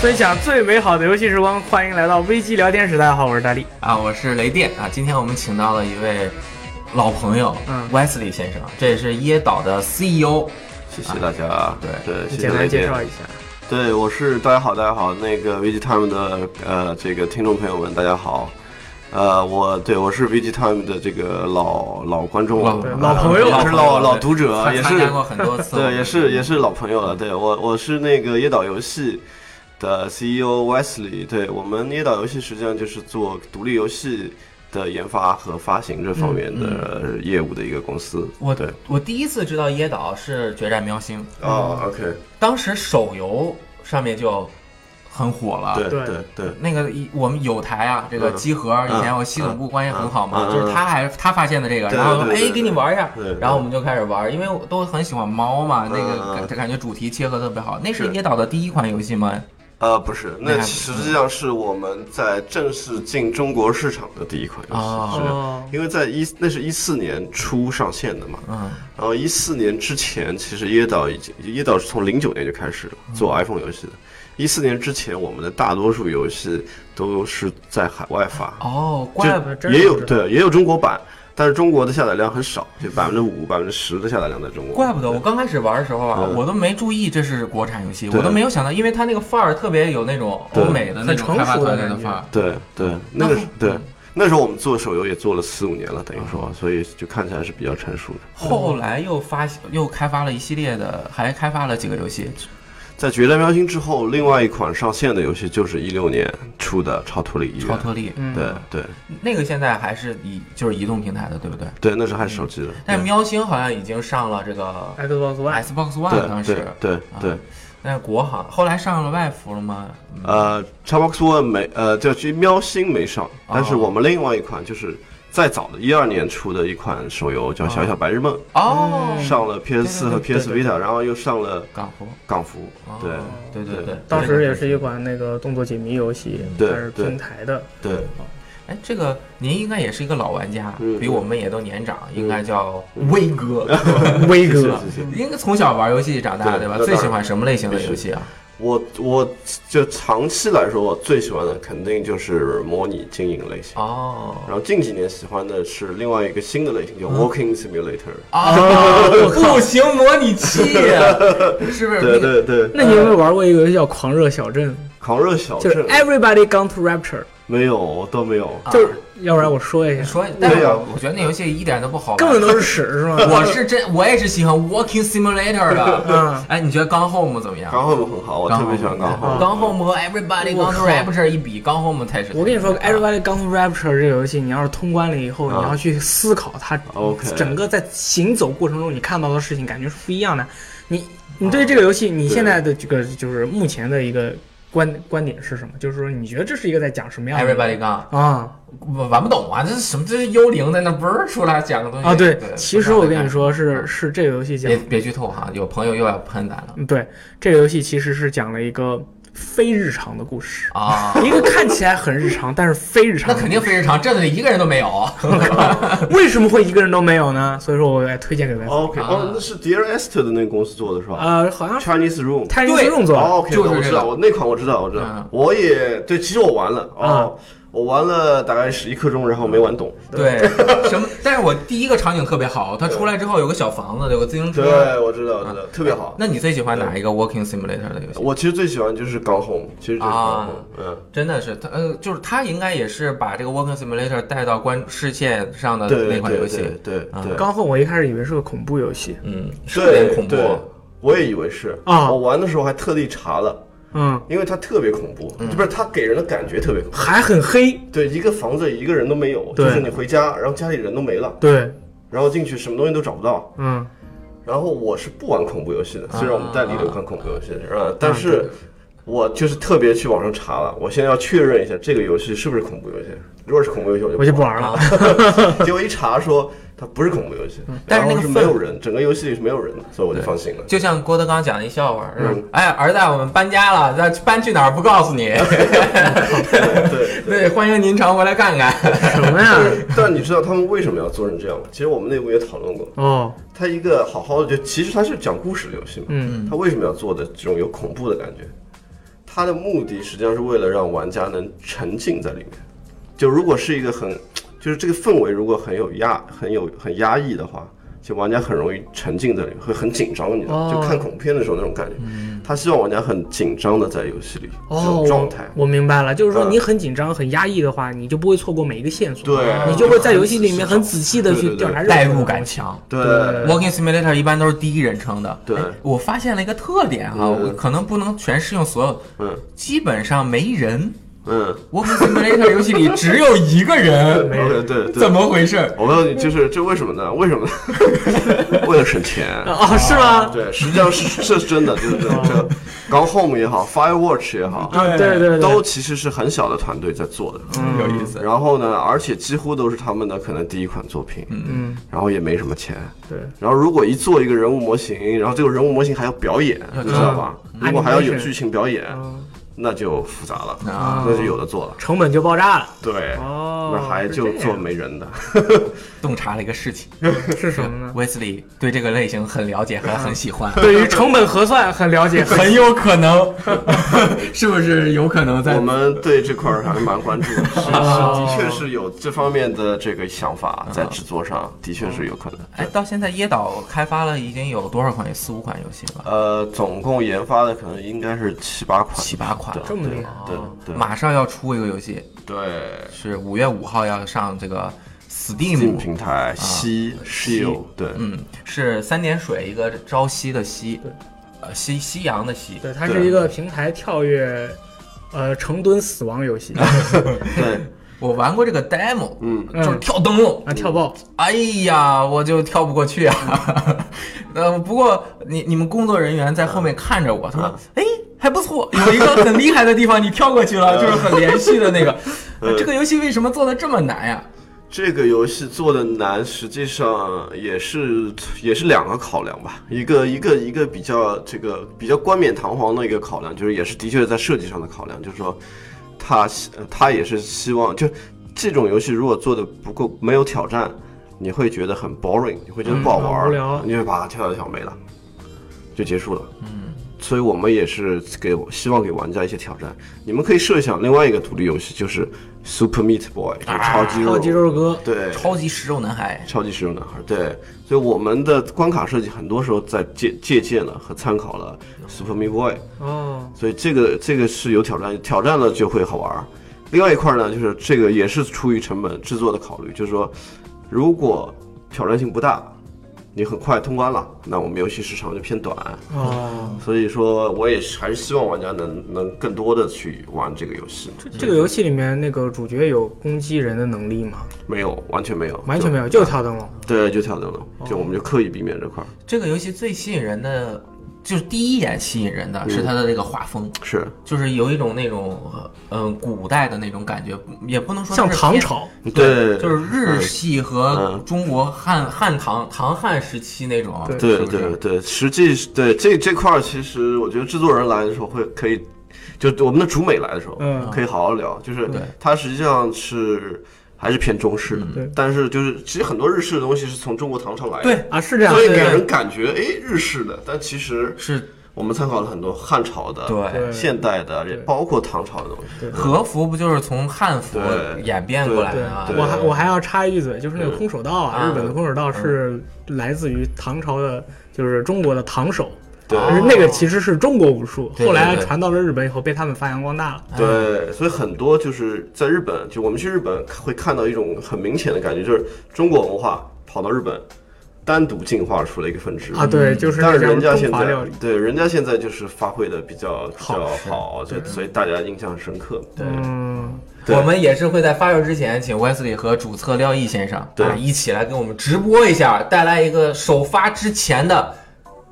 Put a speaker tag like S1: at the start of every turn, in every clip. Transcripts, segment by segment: S1: 分享最美好的游戏时光，欢迎来到危机聊天室。大家好，我是大力。
S2: 啊，我是雷电啊。今天我们请到了一位老朋友，
S1: 嗯
S2: ，Wesley 先生，这也是椰岛的 E CEO。
S3: 谢谢大家，啊
S2: 对
S3: 对，谢谢
S1: 简单介绍
S3: 雷
S1: 一
S3: 电。
S1: 下，
S3: 对，我是大家好，大家好，那个 VG Time 的呃这个听众朋友们，大家好，呃，我对我是 VG Time 的这个老老观众
S2: 老
S3: 了，
S2: 对
S3: 呃
S1: 老朋友
S3: 也是老老读者，
S2: 他
S3: 啊也是
S2: 参加过很多次，
S3: 对，也是也是老朋友了。对我我是那个椰岛游戏的 CEO Wesley，对我们椰岛游戏实际上就是做独立游戏的研发和发行这方面的业务的一个公司。
S2: 我
S3: 对
S2: 我第一次知道椰岛是《决战喵星》，
S3: 哦，OK，
S2: 当时手游上面就很火了。
S3: 对
S1: 对
S3: 对对，
S2: 那个一我们有台啊，这个
S3: 嗯
S2: 集合以前我西总部关系很好嘛，
S3: 嗯嗯
S2: 就是他还他发现的这个，
S3: 对
S2: 然后
S3: 对对
S2: 哎
S3: 对
S2: 给你玩一下
S3: 对，对
S2: 然后我们就开始玩，因为我都很喜欢猫嘛，那个
S3: 嗯嗯
S2: 感感觉主题切合特别好。那是
S3: 是
S2: 椰岛的第一款游戏吗？
S3: 呃，不是，
S2: 那还
S3: 那
S2: 不嗯
S3: 实际上是我们在正式进中国市场的第一款游戏，
S2: 哦
S3: 是因为在一那是一四年初上线的嘛，
S2: 嗯，
S3: 然后一四年之前，其实椰岛已经椰岛是从零九年就开始做
S2: 嗯
S3: iPhone 游戏的，一四年之前，我们的大多数游戏都是在海外发，
S2: 哦，怪不
S1: 这
S2: 得
S1: 真
S3: 也有
S1: 不知道
S3: 对也有中国版，但是中国的下载量很少，就百分之五、百分之十的下载量在中国，
S2: 怪不得我刚开始玩的时候啊，
S3: 嗯
S2: 我都没注意这是国产游戏，
S3: 对
S2: 我都没有想到，因为它那个范儿特别有那种欧
S3: 对
S2: 美的那种
S1: 很成
S2: 开发
S1: 熟的
S2: 团队的
S1: 感觉嗯
S2: 范儿。
S3: 对对，那
S2: 那
S3: 个
S2: 会
S3: 是对。那时候我们做手游也做了四五年了，等于
S2: 嗯
S3: 说，所以就看起来是比较成熟的。
S2: 后来又发又开发了一系列的，还开发了几个游戏，
S3: 在《决战喵星》之后，另外一款上线的游戏就是一六年出的《超脱离医
S2: 超
S3: 院》。
S2: 脱力，
S1: 嗯
S3: 对对
S2: 那个现在还是以就是移动平台的，对不对？
S3: 对，那时候还是手机的。
S2: 但喵星好像已经上了这个
S1: Xbox One，
S2: Xbox One，当
S3: 对
S2: 时
S3: 对对对
S2: 啊，但是国行后来上了外服了吗？
S3: 呃，Xbox One 没呃，叫《喵星》没上，
S2: 哦
S3: 但是我们另外一款就是再早的一二年出的一款手游叫《小小白日梦
S2: 哦》，，
S1: 嗯
S3: 上了 PS 四和
S2: 对对
S3: PS Vita，然后又上了
S2: 港服，
S3: 港服
S2: 哦。
S3: 对
S2: 对对对，
S1: 当时也是一款那个动作解谜游戏，
S3: 对
S1: 它是平台的，
S3: 对，
S2: 哎，这个您应该也是一个老玩家，
S3: 嗯
S2: 比我们也都年长，应该叫威哥，
S1: 威
S3: 谢谢
S1: 哥，
S3: 谢谢。
S2: 应该从小玩游戏长大
S3: 对
S2: 对吧？
S3: 那当
S2: 最
S3: 然
S2: 喜欢什么类型的游戏啊？
S3: 我我就长期来说，我最喜欢的肯定就是模拟经营类型。
S2: 哦
S3: 然后近几年喜欢的是另外一个新的类
S2: 嗯
S3: 型，叫 Walking Simulator。
S2: 啊， 步行模拟器，是不是？
S3: 对
S2: 那个
S3: 对对，
S1: 那你有没有玩过一个游戏叫《狂热小镇
S3: 狂热小》？
S1: 就是
S3: 镇
S1: Everybody Gone to Rapture，
S3: 没有，我都没有。
S2: 哎啊
S1: 就是要不然我说一
S2: 你
S1: 下，
S2: 说，但 是
S3: 对呀
S2: 我我觉得那游戏一点都不好玩，
S1: 根本都是屎是吗？
S2: 我是真，我也是喜欢 Walking Simulator 的
S1: 嗯。
S2: 哎，你觉得刚 Home 怎么样？
S3: 刚 home 很好， 我特别喜欢刚 home。
S2: 刚 Home 和 Everybody
S1: 我
S2: Gone 哎
S1: 靠
S2: to Rapture 一比，刚 Home 才是。啊
S1: 我跟你 说，Everybody Gone to Rapture 这个游戏，你要是通关了以后，
S3: 嗯
S1: 你要去思考它
S3: OK
S1: 整个在行走过程中你看到的事情，感觉是不一样的。你你对这个游戏，你现在的这个就是目前的一个观观点是什么？就是说，你觉得这是一个在讲什么样的
S2: Everybody Gone
S1: 啊
S2: 我玩不懂啊，这是什么？这是幽灵在那嘣儿出来讲个东西
S1: 啊？
S2: 哎对
S1: 对，，其实我跟你，说是是这个游戏讲
S2: 嗯别，别剧透哈，有朋友又要喷咱了
S1: 嗯对，这个游戏其实是讲了一个非日常的故事，
S2: 啊！
S1: 一个看起来很日常，但是非日常
S2: 那
S1: 的
S2: 肯定非日常，这里一个人都 没有。
S1: 为什么会一个人都没有呢？所以说，我来推荐给大家。
S3: OK，哦，
S2: 啊
S3: 那是 Dear Esther 的那个公司做的是吧
S1: 呃，好像是
S3: ？Chinese Room。
S1: 泰
S2: 对
S1: 瑞动作。
S3: 哦，OK，
S2: 就是
S3: 我
S2: 这
S3: 知
S2: 个
S3: 道，我那款我知道，我知道
S2: 嗯，啊
S3: 我也对，其实我玩了，哦，我玩了大概是一刻钟，然后没玩懂。
S2: 对，什么？但是我第一个场景特别好，他出来之后有个小房子，有个自行
S3: 对
S2: 车。，
S3: 我知道，我知道，特别好。
S2: 啊那你最喜欢哪一个 Walking Simulator 的游戏？
S3: 我其实最喜欢就是刚 home，其实就是
S2: 啊
S3: 刚 home，嗯，
S2: 真的是他，呃，就是他应该也是把这个 Walking Simulator 带到关视线上的
S3: 对
S2: 那款游戏，
S3: 对对
S2: 啊
S3: 对，
S1: 刚后我一开始以为是个恐怖游戏，
S2: 嗯，是有
S3: 对
S2: 点恐怖啊
S3: 对，我也以为是
S1: 啊
S3: 我玩的时候还特地查了，
S1: 嗯，
S3: 因为它特别恐怖，
S2: 嗯
S3: 不是它给人的感觉特别恐怖。
S1: 还很黑，
S3: 对，一个房子一个人都没有，
S1: 对
S3: 就是你回家，然后家里人都没了，
S1: 对，
S3: 然后进去什么东西都找不到。
S1: 嗯，
S3: 然后我是不玩恐怖游戏的，虽然我们代理
S2: 啊
S3: 有款恐怖游戏，啊，但
S2: 对
S3: 是我就是特别去网上查了，我现在要确认一下这个游戏是不是恐怖游戏。如果是恐怖游戏，
S1: 我
S3: 我
S1: 就
S3: 就
S1: 不玩了。
S3: 了。结果一查说它不是恐怖游戏，
S2: 但是
S3: 嗯然
S2: 那个
S3: 后是
S2: 氛
S3: 没有人，整个游戏里是没有人的，所以我就放 心了。
S2: 就像郭德纲讲的一笑话，是吧
S3: 嗯？
S2: 哎，儿子，我们搬家了，那搬去哪儿不告诉 你。
S3: 对，
S2: 对，欢迎您常回来 看看。
S1: 什么
S3: 但
S1: 呀？
S3: 是但你知道他们为什么要做成这样吗？其实我们内部也讨论过，
S1: 哦，
S3: 它一个好好的就其实它是讲故事的游戏嘛，
S1: 嗯，
S3: 它为什么要做的这种有恐怖的感觉？它的目的实际上是为了让玩家能沉浸在里面。就如果是一个很，就是这个氛围如果很有压、很有很压抑的话，就玩家很容易沉浸在里面，会很紧张，你知道吗？
S1: 哦
S3: 就看恐怖片的时候那种感觉。他希望玩家很紧张的在游戏里这
S1: 哦，
S3: 种状态。
S1: 我我明白了，就是说
S3: 嗯
S1: 你很紧张、很压抑的话，你就不会错过每一个线索，
S3: 对
S1: 你就会在游戏里面很仔细的
S3: 对
S1: 去
S3: 对
S1: 调查任何
S2: 代入感强。
S3: 对
S1: 对
S2: Walking Simulator 一般都是第一人称的。
S3: 对
S2: 哎我发现了一个特点哈，
S3: 嗯
S2: 我可能不能全适用所有，
S3: 嗯
S2: 基本上没人。
S3: 嗯，
S2: Walking Simulator 游戏里只有一 个人，
S3: 对对对
S2: 怎。么回事？
S3: 我告诉你，就是这为什么呢？为什么 呢？为了省钱。
S1: 啊，是吗？
S3: 对，实际上是这是真的，就是这这 g o Home 也好，Firewatch 也
S1: 啊
S3: 好，
S1: 对哦对对，嗯
S3: 都其实是很小的团队在做的。
S2: 嗯有意思。
S3: 然后呢，而且几乎都是他们的可能第一款作品，
S1: 嗯，
S3: 然后也没什么钱。
S1: 对，
S3: 然后如果一做一个人物模型，然后这个人物模型还要表演，
S2: 要
S3: 你知道吧？
S1: 嗯
S3: 如果还要有
S1: Animation
S3: 剧情表演，
S1: 嗯
S3: 那就复杂了，
S2: 啊
S3: 那就有的做了。
S1: 成本就爆炸了。
S3: 对，
S1: 哦，
S3: 那还
S1: 是
S3: 就
S1: 这
S3: 做
S1: 样
S3: 没人的。
S2: 洞察了一个事情，
S1: 是什 么呢？。
S2: Wesley 对这个类型很了解，还很喜欢
S1: 对于成本核算很了 解，
S2: 很有可能， 是不是有可能在
S3: 我们对这块儿还蛮 关注的，是是，
S1: 哦
S3: 的确是有这方面的这个想法在
S2: 啊
S3: 制作上，的确是有可能。
S2: 哎，到现在椰岛开发了已经有多少款？四五款游戏了吧？
S3: 呃，总共研发的可能应该是七八款，
S2: 七八款
S3: 对
S1: 这么厉害
S3: 对
S2: 哦
S3: 对
S2: 马上要出一个游戏，
S3: 对。
S2: 是五月五号要上这个
S3: Steam
S2: Steam，
S3: 平台西 Shield 对，
S2: 啊嗯，是三点水一个朝夕的夕，呃，夕夕阳的夕，
S1: 对，它是一个平台跳跃，呃，成吨死亡游 戏啊
S3: 对，
S2: 我玩过这个 demo，
S3: 嗯
S2: 就是跳灯笼，
S1: 啊，跳爆。
S2: 哎呀，我就跳不过去啊。 呃，不过你你们工作人员在后面看着我，他
S3: 嗯
S2: 说，哎。还不错，有一个很厉害的地方，你跳过去
S3: 嗯
S2: 了，就是很连续的那 个。呃这个游戏为什么做的这么难呀？
S3: 这个游戏做的难，实际上也是也是两个考量吧，一个一个一个比较这个比较冠冕堂皇的一个考量，就是也是的确在设计上的考量，就是说他希呃他也是希望就这种游戏如果做的不够没有挑战，你会觉得很 boring，你会觉得不好玩
S1: 嗯
S3: 儿，
S1: 很无聊
S3: 你会把它跳一跳没了，就结束了。嗯，所以我们也是给希望给玩家一些挑战。你们可以设想另外一个独立游戏，就是 Super Meat Boy，就是超级肉，
S1: 啊超级肉哥，
S3: 对，
S2: 超级食肉男孩，
S3: 超级实用男孩，对，所以我们的关卡设计很多时候在借借鉴了和参考了 Super Meat Boy，
S1: 哦，
S3: 所以这个这个是有挑战，挑战了就会好玩儿。另外一块呢，就是这个也是出于成本制作的考虑，就是说，如果挑战性不大，你很快通关了，那我们游戏时长就偏短。
S1: 哦，
S3: 所以说我也是还是希望玩家能能更多的去玩这个游戏，
S1: 这个游戏里面那个主角有攻击人的能力吗？
S3: 没有，完全没有，
S1: 完全没
S3: 有，
S1: 有，就是跳灯笼。
S3: 对，就挑战了，就我们就刻意避免这块儿，
S2: 这个游戏最吸引人的，就是第一眼吸引人
S3: 嗯
S2: 的是它的这个画风，
S3: 是。
S2: 就是有一种那种嗯、呃古代的那种感觉，也不能说它
S1: 像
S2: 是
S1: 唐
S2: 偏
S1: 朝，
S3: 对，
S2: 就是日系和
S3: 嗯
S2: 中国汉汉唐唐汉时期那种，
S1: 对
S3: 对
S2: 是不
S3: 对
S2: 是？
S3: 对，实际是对这这块儿，其实我觉得制作人来的时候会可以，就我们的主美来的时候，
S1: 嗯
S3: 可以好好聊。就是
S2: 对嗯
S3: 它实际上是还是偏中式的，
S1: 对
S3: 但是就是其实很多日式的东西是从中国唐朝来的，
S2: 对
S1: 啊，是这样，
S3: 所以
S1: 是
S3: 给
S1: 这样
S3: 人感觉哎日式的，但其实
S2: 是，
S3: 我们参考了很多汉朝的、
S2: 对
S3: 现代的，也包括唐朝的东西。
S2: 和服不就是从汉服
S3: 对
S2: 演变过来
S1: 对
S2: 的啊？，
S1: 我还我还要插一句嘴，就是那个空手道啊，
S2: 嗯
S1: 日本的空手道是
S3: 嗯
S1: 来自于唐朝的，就是中国的唐手，
S3: 对哦
S1: 而那个其实是中国武术，
S2: 对对
S1: 后来
S2: 对
S1: 传到了日本以后被他们发扬光大了。
S3: 对，所以很多就是在日本，就我们去日本会看到一种很明显的感觉，就是中国文化跑到日本，单独进化出了一个分支
S1: 啊，对，就是
S3: 嗯但
S1: 那
S3: 是人家
S1: 叫中
S3: 现
S1: 华
S3: 在
S1: 料理。
S3: 对人家现在就是发挥的比较比较
S2: 是
S3: 好，就所以大家印象深刻。
S2: 对
S1: 嗯，
S3: 对
S2: 我们也是会在发售之前，请 Wesley 和主策廖毅先生
S3: 对
S2: 啊一起来跟我们直播一下，带来一个首发之前的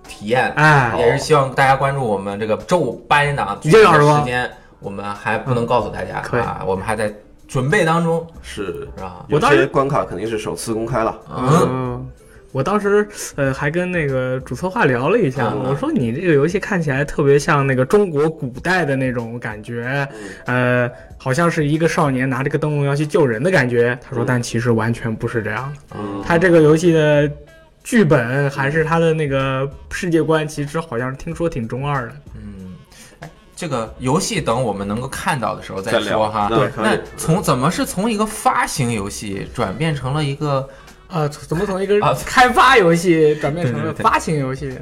S2: 体验。
S1: 哎，
S2: 啊也是希望大家关注我们这个周啊五八点档
S1: 一个小时吗
S2: 时间，我们还不能告诉大家
S1: 可以
S2: 啊，我们还在准备当中，
S3: 是，
S2: 是吧？
S1: 我
S3: 有
S1: 当时
S3: 些关卡肯定是首次公开了。
S2: 嗯，
S1: 嗯，我当时呃还跟那个主策划聊了一下，
S2: 嗯
S1: 我说你这个游戏看起来特别像那个中国古代的那种感觉，
S2: 嗯
S1: 呃，好像是一个少年拿着个灯笼要去救人的感觉。他说，
S2: 嗯
S1: 但其实完全不是这样的。
S3: 嗯，
S1: 他这个游戏的剧本还是他的那个世界观，其实好像听说挺中二的。
S2: 嗯，哎，这个游戏等我们能够看到的时候
S3: 再聊
S2: 说哈。
S3: 那
S1: 对
S3: 可以
S2: 那从怎么是从一个发行游戏转变成了一个
S1: 呃，怎么从一个
S2: 啊
S1: 开发游戏转变
S2: 对
S1: 成
S2: 对
S1: 了
S2: 对
S1: 发行游戏？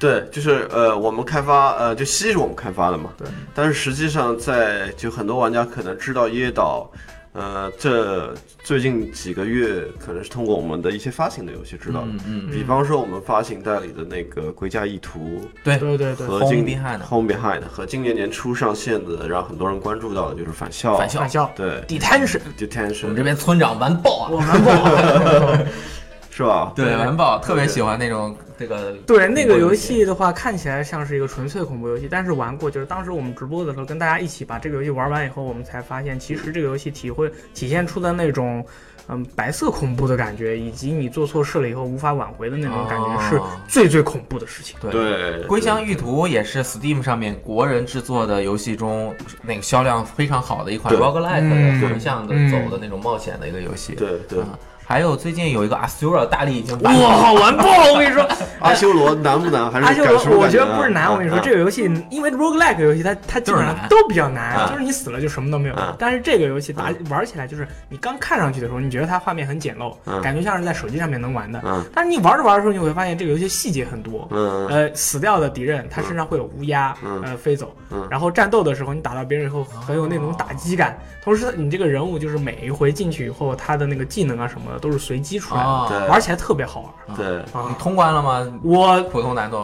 S3: 对，就是呃，我们开发呃，就西是我们开发的嘛。
S1: 对。
S3: 但是实际上在，就很多玩家可能知道椰岛，呃，这最近几个月可能是通过我们的一些发行的游戏知道的。
S2: 嗯嗯，
S3: 比方说，我们发行代理的那个《归家意图
S2: 对，
S1: 对对对，》
S3: 和
S2: Home
S3: 今
S2: Behind
S3: Home Behind 和今年年初上线的，让很多人关注到的就是返校。
S2: 返校
S1: 返校
S3: 对
S1: detention，
S3: ，Detention。
S2: 我们这边村长完爆啊，
S1: 我们不。
S3: 是吧？
S2: 对，完爆，特别
S3: 对
S2: 喜欢那种这个
S1: 对那个游
S2: 游戏
S1: 戏的话，看起来像是一个纯粹恐怖游戏，但是玩过，就是当时我们直播的时候，跟大家一起把这个游戏玩完以后，我们才发现，其实这个游戏体会体现出的那种，嗯，白色恐怖的感觉，以及你做错事了以后无法挽回的那种感觉，是
S2: 哦
S1: 最最恐怖的事情。
S2: 对。
S3: 对，
S2: 《归乡域途》也是 Steam 上面国人制作的游戏中那个销量非常好的一款
S3: 对
S2: roguelike
S1: 嗯
S2: 的横向的
S1: 嗯
S2: 走的那种冒险的一个游戏。
S3: 对对，
S2: 啊，还有最近有一个 Asura 大力已经
S1: 哇，
S2: 把
S1: 好玩爆了！我跟你说，
S3: 阿修罗难不难？还是
S1: 阿修
S3: 感受
S1: 罗，我
S3: 感
S1: 觉
S3: 觉啊
S1: 得不是难。我跟你说，这个游戏因为 roguelike 游戏，它它基本
S2: 就是
S1: 上
S2: 难
S1: 都比较难，
S3: 啊
S1: 就是你死了就什么都没有
S3: 啊。
S1: 但是这个游戏打玩起来，就是你刚看上去的时候，你觉得它画面很简陋
S3: 嗯，
S1: 感觉像是在手机上面能玩的。
S3: 嗯
S1: 但是你玩着玩着的时候，你会发现这个游戏细节很多。
S3: 嗯
S1: 呃，死掉的敌人他身上会有乌鸦，
S3: 嗯
S1: 呃，飞走
S3: 嗯。哦
S1: 然后战斗的时候，你打到别人以后很有那种打击感。同时，你这个人物就是每一回进去以后，他的那个技能啊什么的都是随机出来的，
S2: 啊，
S3: 哦对嗯
S1: 玩起来特别好玩
S3: 对，
S1: 啊
S2: 你！通关了吗？
S1: 我
S2: 普通难度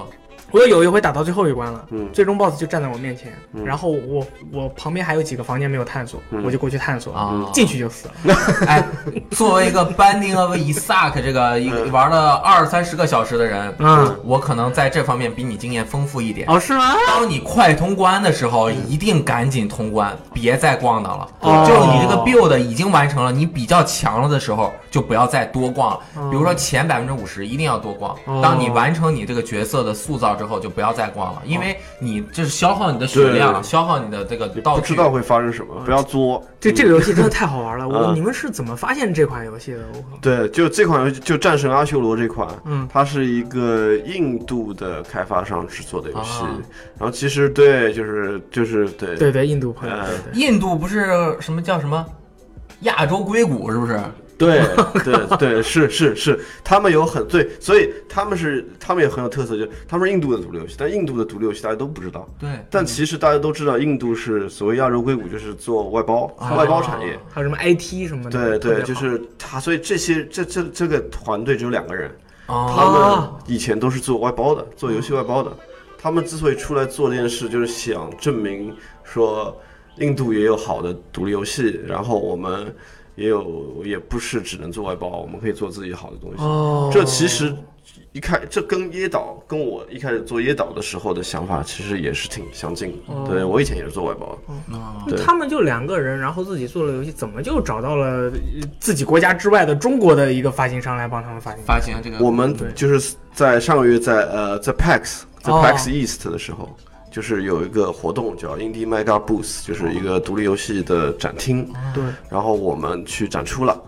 S1: 我有一回打到最后一关了，
S3: 嗯
S1: 最终 BOSS 就站在我面前，
S3: 嗯
S1: 然后我我旁边还有几个房间没有探索，
S3: 嗯
S1: 我就过去探索，
S2: 啊，
S1: 进去就死了。
S2: 哎，作为一个 Binding of Isaac 这个一个
S3: 嗯
S2: 玩了二三十个小时的人，
S1: 嗯，
S2: 我可能在这方面比你经验丰富一点。
S1: 哦，是吗？
S2: 当你快通关的时
S3: 嗯
S2: 候，一定赶紧通关，别再逛荡了。
S1: 哦
S2: 就是你这个 build 已经完成了，你比较强了的时候，就不要再多逛了。
S1: 哦
S2: 比如说前百分之五十一定要多逛
S1: 哦。
S2: 当你完成你这个角色的塑造之后，就不要再逛了，因为你这是消耗你的血量，
S3: 哦对
S2: 消耗你的这个
S3: 你
S2: 道
S3: 不
S2: 具
S3: 知。道会发生什么，不要作。
S1: 这这个游戏真的太好玩了！ 我
S3: 嗯
S1: 你们是怎么发现这款游戏的？我靠，
S3: 对，就这款游戏，就《战神阿修罗》这款，
S1: 嗯
S3: 它是一个印度的开发商制作的游戏
S2: 啊。
S3: 然后其实对，就是就是对，
S1: 对对，印度朋友，
S3: 嗯
S1: 对对
S2: 印度不是什么叫什么亚洲硅谷是不是？
S3: 对对对，是是是，他们有很对，所以他们是他们也很有特色，就他们是印度的独立游戏，但印度的独立游戏大家都不知道。
S2: 对，
S3: 但其实大家都知道，印度是所谓亚洲硅谷，就是做外包、
S2: 啊
S3: 外包产业。
S1: 还有什么 IT 什么
S3: 对
S1: 的，特别
S3: 对，
S1: 好
S3: 就是他，所以这些这这这个团队只有两个人，他
S2: 哦，
S3: 们
S1: 哦
S3: 以前都是做外包的，做游戏外包的。他们之所以出来做这件事，就是想证明说，印度也有好的独立游戏，然后我们也有，也不是只能做外包，我们可以做自己好的东西。
S1: 哦，
S3: 这其实一开，这跟椰岛跟我一开始做椰岛的时候的想法其实也是挺相近的。
S1: 哦
S3: 对我以前也是做外包的，
S2: 嗯
S1: 那
S3: 对
S1: 他们就两个人，然后自己做了游戏，怎么就找到了呃自己国家之外的中国的一个发行商来帮他们发行？
S2: 发行这个
S3: 我们
S1: 对
S3: 就是在上个月在呃在 PAX 在
S1: 哦
S3: PAX East 的时候，就是有一个活动叫 Indie Mega Booth，就是一个独立游戏的展厅，
S1: 对，
S3: 然后我们去展出了，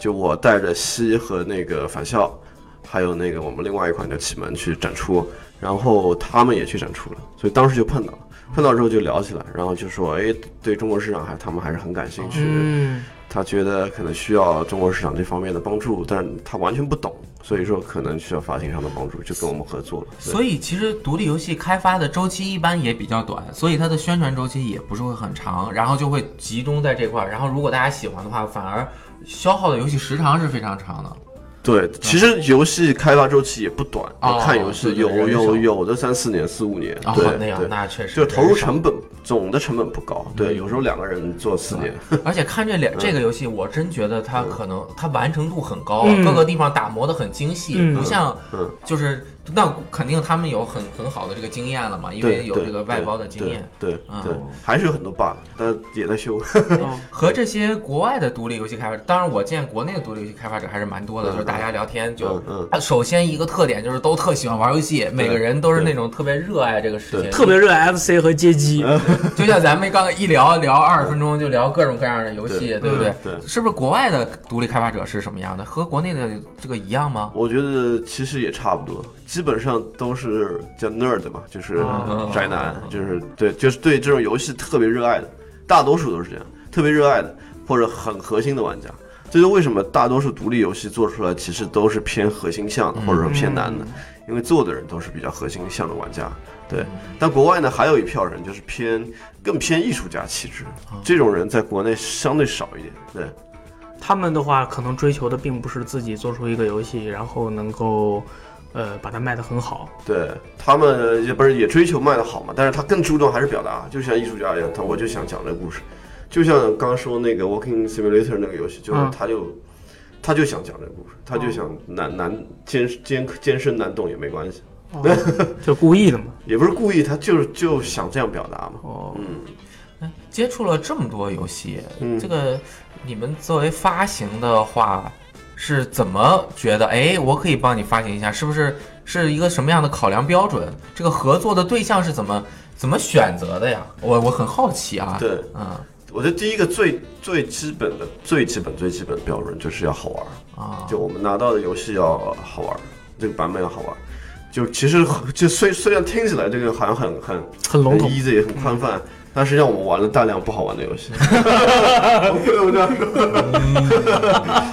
S3: 就我带着西和那个返校，还有那个我们另外一款叫启门去展出，然后他们也去展出了，所以当时就碰到了。碰到之后就聊起来，然后就说，哎，对中国市场还他们还是很感兴趣，
S1: 嗯，
S3: 他觉得可能需要中国市场这方面的帮助，但他完全不懂，所以说可能需要发行商的帮助，就跟我们合作了。
S2: 所以其实独立游戏开发的周期一般也比较短，所以它的宣传周期也不是会很长，然后就会集中在这块儿。然后如果大家喜欢的话，反而消耗的游戏时长是非常长的。
S3: 对，其实游戏开发周期也不短，
S2: 哦
S3: 我看游戏
S2: 对
S3: 有
S2: 对人
S3: 有
S2: 少
S3: 有的三四年、四五年，
S2: 哦，那样
S3: 对对，
S2: 那嗯确实
S3: 就是投入
S2: 人少
S3: 成本总的成本不高，对，有时候两个人做四年，
S2: 而且看这两这个游戏，我真觉得它可能它完成度很高啊，
S1: 嗯
S2: 各个地方打磨的很精细，
S1: 嗯
S2: 不像
S3: 嗯
S2: 就是那肯定他们有很很好的这个经验了嘛，因
S3: 对，
S2: 为有
S3: 对
S2: 这个外包的经验。，
S3: 对对
S2: 嗯
S3: 对，对还是有很多 bug，但也在修。
S1: 哦
S2: 和这些国外的独立游戏开发者，当然我见国内的独立游戏开发者还是蛮多的，就是大家聊天就
S3: 嗯，嗯
S2: 啊首先一个特点就是都特喜欢玩游戏，每个人都是那种特别热爱这个事情，
S1: 特别热爱 FC 和街 机，
S2: 就像咱们刚刚一聊聊二十分钟就聊各种各样的游戏，
S3: 对
S2: 对不对？
S3: 嗯对
S2: 是不是国外的独立开发者是什么样的？和国内的这个一样吗？
S3: 我觉得其实也差不多，基本上都是叫 nerd 嘛，就是
S1: 啊
S3: 宅男
S2: 啊，
S3: 就是对，就是对这种游戏特别热爱的，大多数都是这样，特别热爱的或者很核心的玩家。这就为什么大多数独立游戏做出来其实都是偏核心向的，或者说偏难的，因为做的人都是比较核心向的玩家。对，但国外呢还有一票人就是偏更偏艺术家气质，这种人在国内相对少一点。对，
S1: 他们的话可能追求的并不是自己做出一个游戏，然后能够，呃，把它卖得很好。
S3: 对他们也不是也追求卖的好嘛，但是他更注重还是表达，就像艺术家一样，他我就想讲这个故事，就像刚刚说那个 Walking Simulator 那个游戏，就是
S1: 嗯
S3: 他就、他就想讲这个故事，他就想难难艰艰艰深难懂也没关系，
S1: 就故意的嘛。
S3: 也不是故意，他就是就想这样表达嘛。
S1: 哦，
S2: 哎接触了这么多游戏，
S3: 嗯
S2: 这个你们作为发行的话，是怎么觉得？哎，我可以帮你发行一下，是不是是一个什么样的考量标准？这个合作的对象是怎么怎么选择的呀？我我很好奇啊。，
S3: 对，
S2: 嗯
S3: 我觉得第一个最最基本的、最基本、最基本的标准就是要好玩儿，
S2: 啊，
S3: 就我们拿到的游戏要好玩儿，这个版本要好玩儿。就其实就虽虽然听起来这个好像很很
S1: 很笼统嗯
S3: 很。easy 很宽泛，但实际上我们玩了大量不好玩的 游戏。我不得不这样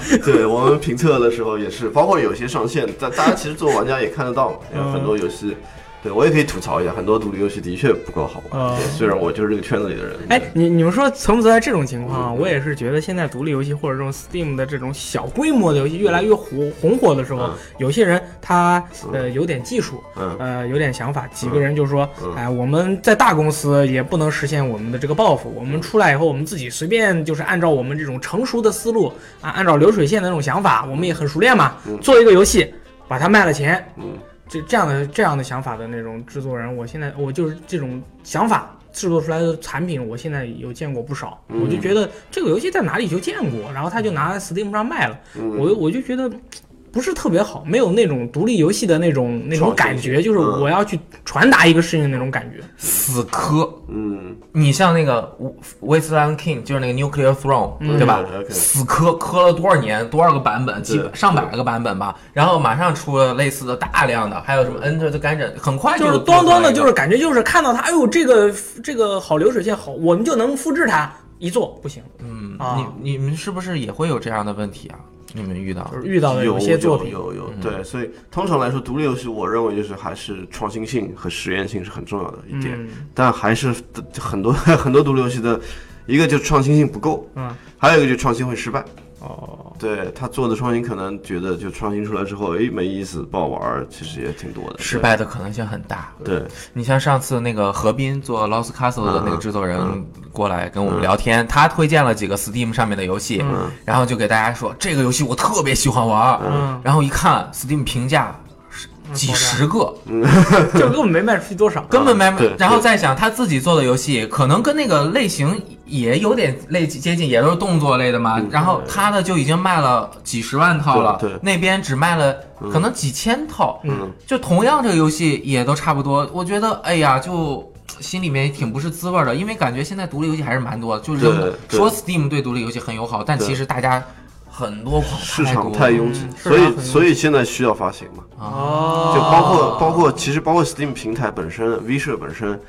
S3: 说。 对我们评测的时候也是，包括有些上线，大大家其实作为玩家也看得到，有很多游
S1: 嗯
S3: 戏。对我也可以吐槽一下，很多独立游戏的确不够好玩。
S1: 嗯
S3: 对虽然我就是这个圈子里的人。
S1: 哎，你你们说存不存在这种情况啊？我也是觉得现在独立游戏或者这种 Steam 的这种小规模的游戏越来越火红火的时候
S3: 嗯，
S1: 有些人他呃有点技术，
S3: 嗯
S1: 呃有点想法，几个人就说
S3: 嗯，
S1: 哎，我们在大公司也不能实现我们的这个抱负，我们出来以后，我们自己随便就是按照我们这种成熟的思路啊，按照流水线的那种想法，我们也很熟练嘛，做一个游戏，把它卖了钱，
S3: 嗯，
S1: 这这样的这样的想法的那种制作人，我现在我就是这种想法制作出来的产品，我现在有见过不少。
S3: 嗯
S1: 我就觉得这个游戏在哪里就见过，然后他就拿 Steam 上卖了，
S3: 嗯
S1: 我我就觉得。不是特别好，没有那种独立游戏的那种那种
S3: 创新
S1: 感
S3: 性
S1: 觉，就是
S3: 嗯
S1: 我要去传达一个事情的那种感觉。
S2: 死磕。
S3: 嗯，
S2: 你像那个《Wasteland King》，就是那个 Nuclear Throne，、
S1: 嗯
S2: 对吧？
S3: OK
S2: 死磕磕了多少年，多少个版本，几百
S3: 对
S2: 上百个版本吧。然后马上出了类似的大量的，还有什么 Enter the Gungeon，很快
S1: 就是
S2: 多
S1: 端
S2: 出
S1: 端
S2: 来一
S1: 的，
S2: 个
S1: 就是感觉就是看到它，哎呦，这个这个好流水线好，我们就能复制它，一做不行，
S2: 嗯，
S1: 啊
S2: 你你们是不是也会有这样的问题啊？你们遇到
S1: 就是遇到的
S3: 有
S1: 些作品，嗯
S3: 有有有对，所以通常来说，独立游戏我认为就是还是创新性和实验性是很重要的一点，
S1: 嗯
S3: 但还是很多 很多独立游戏的一个就是创新性不够，
S1: 嗯，
S3: 还有一个就是创新会失败。
S1: 哦，
S3: 对他做的创新，可能觉得就创新出来之后，诶，没意思，不好玩儿，其实也挺多的。
S2: 失败的可能性很大。
S3: 对，对，
S2: 你像上次那个何斌做 Lost Castle 的
S1: 嗯
S2: 那个制作人过来跟我们聊天，他推荐了几个 Steam 上面的游戏，然后就给大家说这个游戏我特别喜欢玩儿，
S1: 嗯，
S2: 然后一看 Steam 评价是几十个，
S1: 就根本没卖出去多少，
S2: 根本没
S3: 嗯对。
S2: 然后再想他自己做的游戏，可能跟那个类型也有点类接近，也都是动作类的嘛。然后他的就已经卖了几十万套了，
S3: 嗯对对嗯
S2: 那边只卖了可能几千套。
S1: 嗯，
S2: 就同样这个游戏也都差不多。我觉得，哎呀，就。心里面也挺不是滋味儿的，因为感觉现在独立游戏还是蛮多的，就是
S3: 对对
S2: 说 Steam 对独立游戏很友好，但
S3: 对
S2: 其实大家很多款
S3: 市
S2: 太多
S3: 场
S2: 了
S3: 太拥挤，
S1: 嗯市场
S3: 所
S1: 很拥
S3: 以
S1: 挤
S3: 所以现在需要发行嘛，
S1: 哦，
S3: 就包括包括其实包括 Steam 平台本身，V 社本身，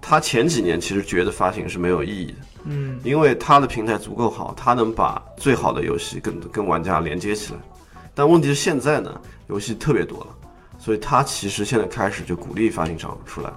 S3: 它前几年其实觉得发行是没有意义的，
S1: 嗯
S3: 因为它的平台足够好，它能把最好的游戏跟跟玩家连接起来。但问题是现在呢，游戏特别多了，所以它其实现在开始就鼓励发行商出来了。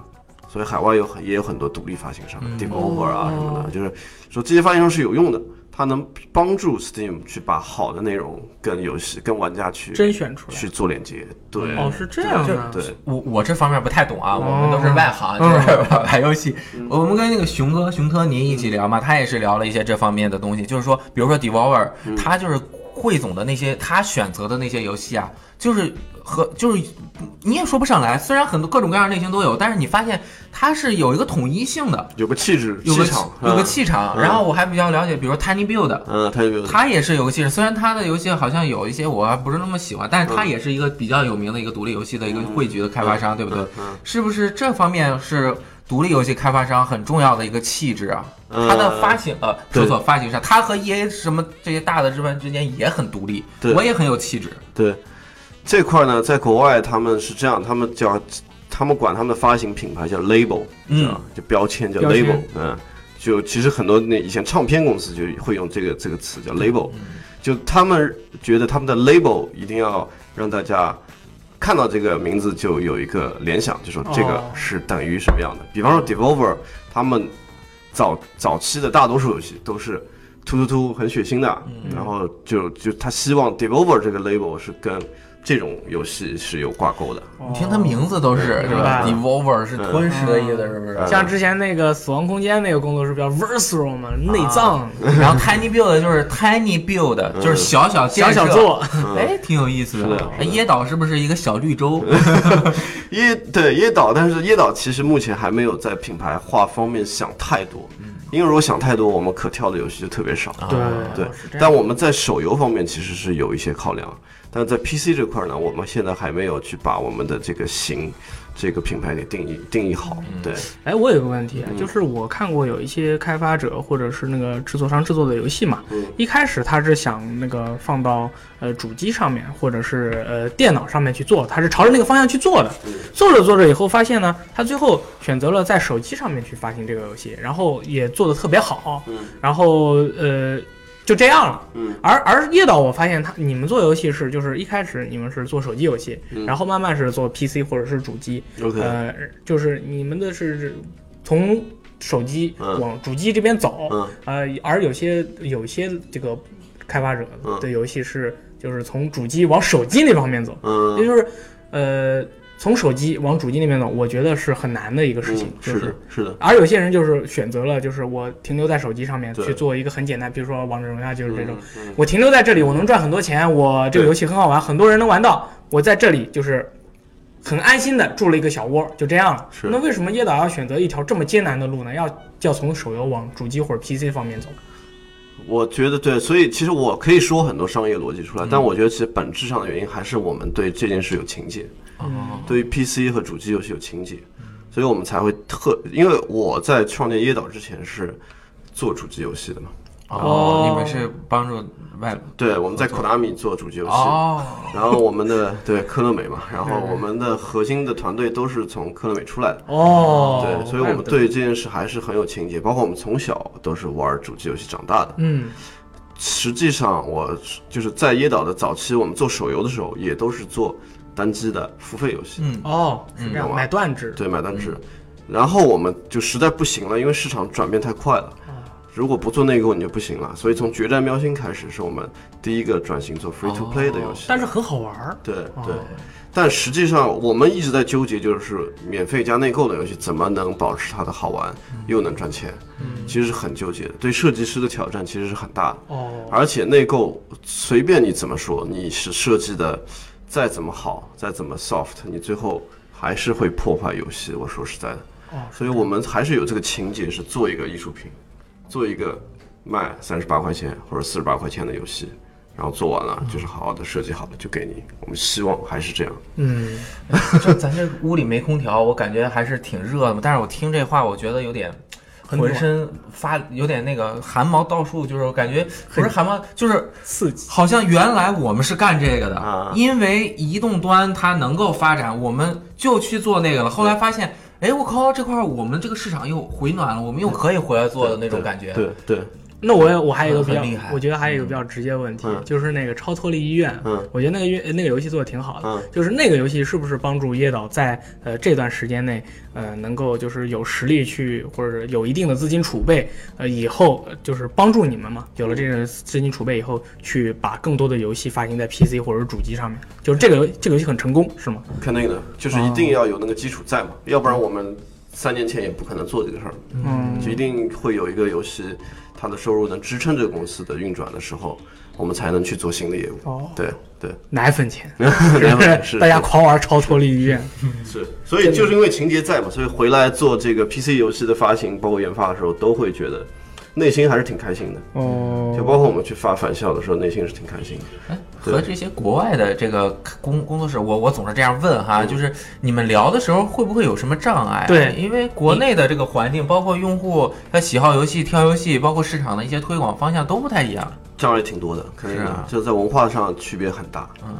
S3: 所以海外有很也有很多独立发行商、
S1: 嗯
S3: d e v o v e r 啊什么的，就是说这些发行商是有用的，它能帮助 Steam 去把好的内容跟游戏、跟玩家去
S1: 甄选出来
S3: 去做连接。对，
S1: 哦是这样的
S3: 对，
S2: 我我这方面不太懂
S3: 哦
S2: 啊，我们都是外
S3: 嗯
S2: 行，就是 玩游戏。我们跟那个熊哥熊特尼一起聊嘛，他也是聊了一些这方面的东西，就是说，比如说 Devolver，他
S3: 嗯
S2: 就是汇总的那些他选择的那些游戏啊，就是和就是你也说不上来，虽然很多各种各样的类型都有，但是你发现它是有一个统一性的，
S3: 有个气质、
S2: 有个
S3: 气场，
S2: 有个
S3: 嗯，
S2: 气场。然后我还比较了解，比如说 Tiny Build，
S3: 嗯，它有
S2: 他也是游戏人，虽然他的游戏好像有一些我还不是那么喜欢，但是他也是一个比较有名的一个独立游戏的一个汇聚的开发商，对不对？是不是这方面是独立游戏开发商很重要的一个气质啊？
S3: 嗯
S2: 它的发行呃，说
S3: 对
S2: 错发行商，E 它和 EA 什么这些大的之分之间也很独立
S3: 对，
S1: 哦
S2: 我也很有气质。
S3: 对，这块呢，在国外他们是这样，他们叫他们管他们的发行品牌叫 label，你
S2: 嗯
S3: 知道吗就标签叫
S1: 标签
S3: label，嗯，就其实很多那以前唱片公司就会用这个这个词
S2: 嗯
S3: 叫 label，就他们觉得他们的 label 一定要让大家。看到这个名字就有一个联想，就说这个
S1: 哦
S3: 是等于什么样的。比方说 Devolver，他们早早期的大多数游戏都是突突突很血腥的，
S1: 嗯
S3: 然后就就他希望 Devolver 这个 label 是跟这种游戏是有挂钩的。
S1: 哦
S2: 你听它名字都是对
S1: 明白
S2: 吧
S1: 了
S2: ？Devolver 是吞噬的意思，
S1: 嗯
S2: 是不是？
S1: 像之前那个《死亡空间》那个工作室叫 Versal 嘛，内脏
S2: 然后 Tiny Build 就是 Tiny Build，就是小小建
S1: 小
S2: 设
S1: 小，做，
S2: 哎，挺有意思
S3: 是
S2: 的
S3: 的。
S2: 哎椰岛是不是一个小绿洲？
S3: 椰对椰岛，但是椰岛其实目前还没有在品牌化方面想太多，因为如果想太多，我们可跳的游戏就特别少。
S1: 嗯对
S3: 啊对
S1: 哦是这，样
S3: 但我们在手游方面其实是有一些考量，但在 PC 这块呢，我们现在还没有去把我们的这个型、这个品牌给定义定义好。对，
S1: 哎，我有个问题啊，就是我看过有一些开发者或者是那个制作商制作的游戏嘛，一开始他是想那个放到呃主机上面或者是呃电脑上面去做，他是朝着那个方向去做的。做着做着以后发现呢，他最后选择了在手机上面去发行这个游戏，然后也做得特别好，然后呃。就这样了，
S3: 嗯，
S1: 而而叶导，我发现他你们做游戏是就是一开始你们是做手机游戏，然后慢慢是做 PC 或者是主机，
S3: 嗯 OK
S1: 呃，就是你们的是从手机
S3: 嗯
S1: 往主机这边走，
S3: 嗯
S1: 呃，而有些有些这个开发者
S3: 嗯
S1: 的游戏是就是从主机往手机那方面走，也
S3: 嗯，
S1: 就是呃从手机往主机那边走，我觉得是很难的一个事情
S3: 嗯，
S1: 就是
S3: 的，是的，
S1: 而有些人就是选择了，就是我停留在手机上面
S3: 对
S1: 去做一个很简单，比如说王者荣耀啊就是这种
S3: 嗯嗯，
S1: 我停留在这里，我能赚很多钱，我这个
S3: 对
S1: 游戏很好玩，很多人能玩到，我在这里就是很安心的住了一个小窝，就这样了。
S3: 是
S1: 那为什么叶导要选择一条这么艰难的路呢？要要从手游往主机或者 PC 方面走？
S3: 我觉得对，所以其实我可以说很多商业逻辑出来，
S1: 嗯
S3: 但我觉得其实本质上的原因还是我们对这件事有情结，
S2: 哦
S3: 对于 PC 和主机游戏有情结，所以我们才会特，因为我在创建椰岛之前是做主机游戏的嘛，
S1: 哦
S2: 你们是帮助外部
S3: 对，我们在 Konami 做主机游戏，
S2: 哦，
S3: 然后我们的对科乐美嘛，然后我们的核心的团队都是从科乐美出来的。
S1: 哦
S3: 对，所以我们对这件事还是很有情结，包括我们从小都是玩主机游戏长大的。
S1: 嗯
S3: 实际上，我就是在椰岛的早期，我们做手游的时候，也都是做单机的付费游戏，
S2: 嗯，
S1: 哦是这样，买断制
S3: 啊对，买单制。然后我们就实在不行了，因为市场转变太快了，如果不做内购你就不行了。所以从《决战喵星》开始，是我们第一个转型做 free to play 的游戏。
S1: 但是很好玩儿。
S3: 对对，但实际上我们一直在纠结，就是免费加内购的游戏怎么能保持它的好玩，又能赚钱，其实是很纠结的，对设计师的挑战其实是很大的。
S1: 哦，
S3: 而且内购随便你怎么说，你是设计的再怎么好，再怎么 soft，你最后还是会破坏游戏。我说实在的，
S1: 哦
S3: 所以我们还是有这个情节，是做一个艺术品，做一个卖三十八块钱或者四十八块钱的游戏，然后做完了就是好好的设计好了就给你。我们希望还是这样。
S1: 嗯，
S2: 这咱这屋里没空调，我感觉还是挺热的嘛。但是我听这话，我觉得有点。
S1: 暖
S2: 浑身发有点那个汗毛倒竖，就是我感觉不是汗毛，就是
S1: 刺激。
S2: 好像原来我们是干这个的
S3: 啊，
S2: 因为移动端它能够发展，我们就去做那个了。后来发现，哎，我靠，这块儿我们这个市场又回暖了，我们又可以回来做的那种感觉。啊
S3: 对对，
S1: 那我也我还有一个比
S2: 很厉害
S1: 较，我觉得还有一个比较直接问题，
S3: 嗯
S1: 就是那个超脱离医院，
S3: 嗯
S1: 我觉得那个乐那个游戏做的挺好的，
S3: 嗯
S1: 就是那个游戏是不是帮助叶导在呃这段时间内，呃能够就是有实力去或者有一定的资金储备，呃以后呃就是帮助你们嘛，有了这个资金储备以后，去把更多的游戏发行在 PC 或者主机上面，就是这个游这个游戏很成功是吗？
S3: 肯定的，就是一定要有那个基础在嘛，要不然我们三年前也不可能做这个事儿。
S1: 嗯，
S3: 就一定会有一个游戏，它的收入能支撑这个公司的运转的时候，我们才能去做新的业务。
S1: 哦
S3: 对 对，
S1: 奶粉钱，
S3: 奶粉钱是
S1: 大家狂玩超脱离医院，
S3: 是，所以就是因为情节在嘛，所以回来做这个 PC 游戏的发行，包括研发的时候，都会觉得内心还是挺开心的。
S1: 哦
S3: 就包括我们去发返校的时候，内心是挺开心的。
S2: 哎和这些国外的这个工工作室，我我总是这样问哈，就是你们聊的时候会不会有什么障碍？啊
S1: 对
S2: 因为国内的这个环境，包括用户他喜好游戏、挑游戏，包括市场的一些推广方向都不太一样。
S3: 障碍挺多的，肯定
S2: 是
S3: 的，
S2: 啊
S3: 就在文化上区别很大。
S2: 嗯，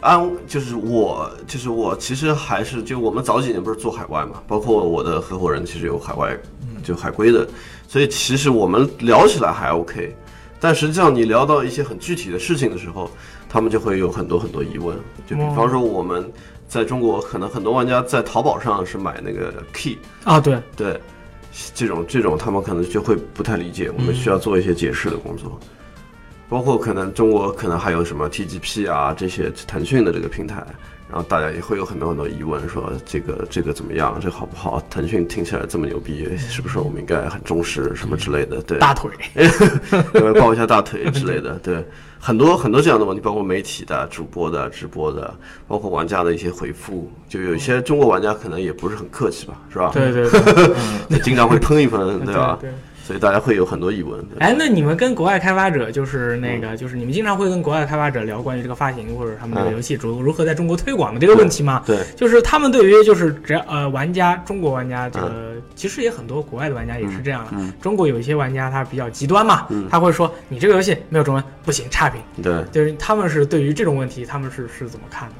S3: 安就是我就是我其实还是就我们早几年不是做海外嘛，包括我的合伙人其实有海外就海归的，所以其实我们聊起来还 OK，但实际上你聊到一些很具体的事情的时候，他们就会有很多很多疑问，就比方说我们在中国可能很多玩家在淘宝上是买那个 key，
S1: 啊，对，
S3: 对，这种这种他们可能就会不太理解，我
S1: 嗯
S3: 们需要做一些解释的工作，包括可能中国可能还有什么 TGP 啊这些腾讯的这个平台，然后大家也会有很多很多疑问，说这个这个怎么样，这个好不好？腾讯听起来这么牛逼，是不是我们应该很重视什么之类的？对，
S1: 大腿，
S3: 对抱一下大腿之类的，对，很多很多这样的问题，包括媒体的、主播的、直播的，包括玩家的一些回复，就有一些中国玩家可能也不是很客气吧，是吧？
S1: 对对 对，
S3: 经常会喷一喷，
S1: 对
S3: 吧？
S1: 对。
S3: 所以大家会有很多疑问。对
S1: 哎，那你们跟国外开发者就是那个，就是你们经常会跟国外开发者聊关于这个发行或者他们的
S3: 嗯
S1: 游戏如如何在中国推广的这个问题吗？
S3: 对，
S1: 就是他们对于就是只要呃玩家，中国玩家这个、
S3: 嗯
S1: 其实也很多国外的玩家也是这样的。中国有一些玩家他比较极端嘛，
S3: 嗯
S1: 他会说你这个游戏没有中文不行，差评。
S3: 对，
S1: 就是他们是对于这种问题他们是是怎么看的？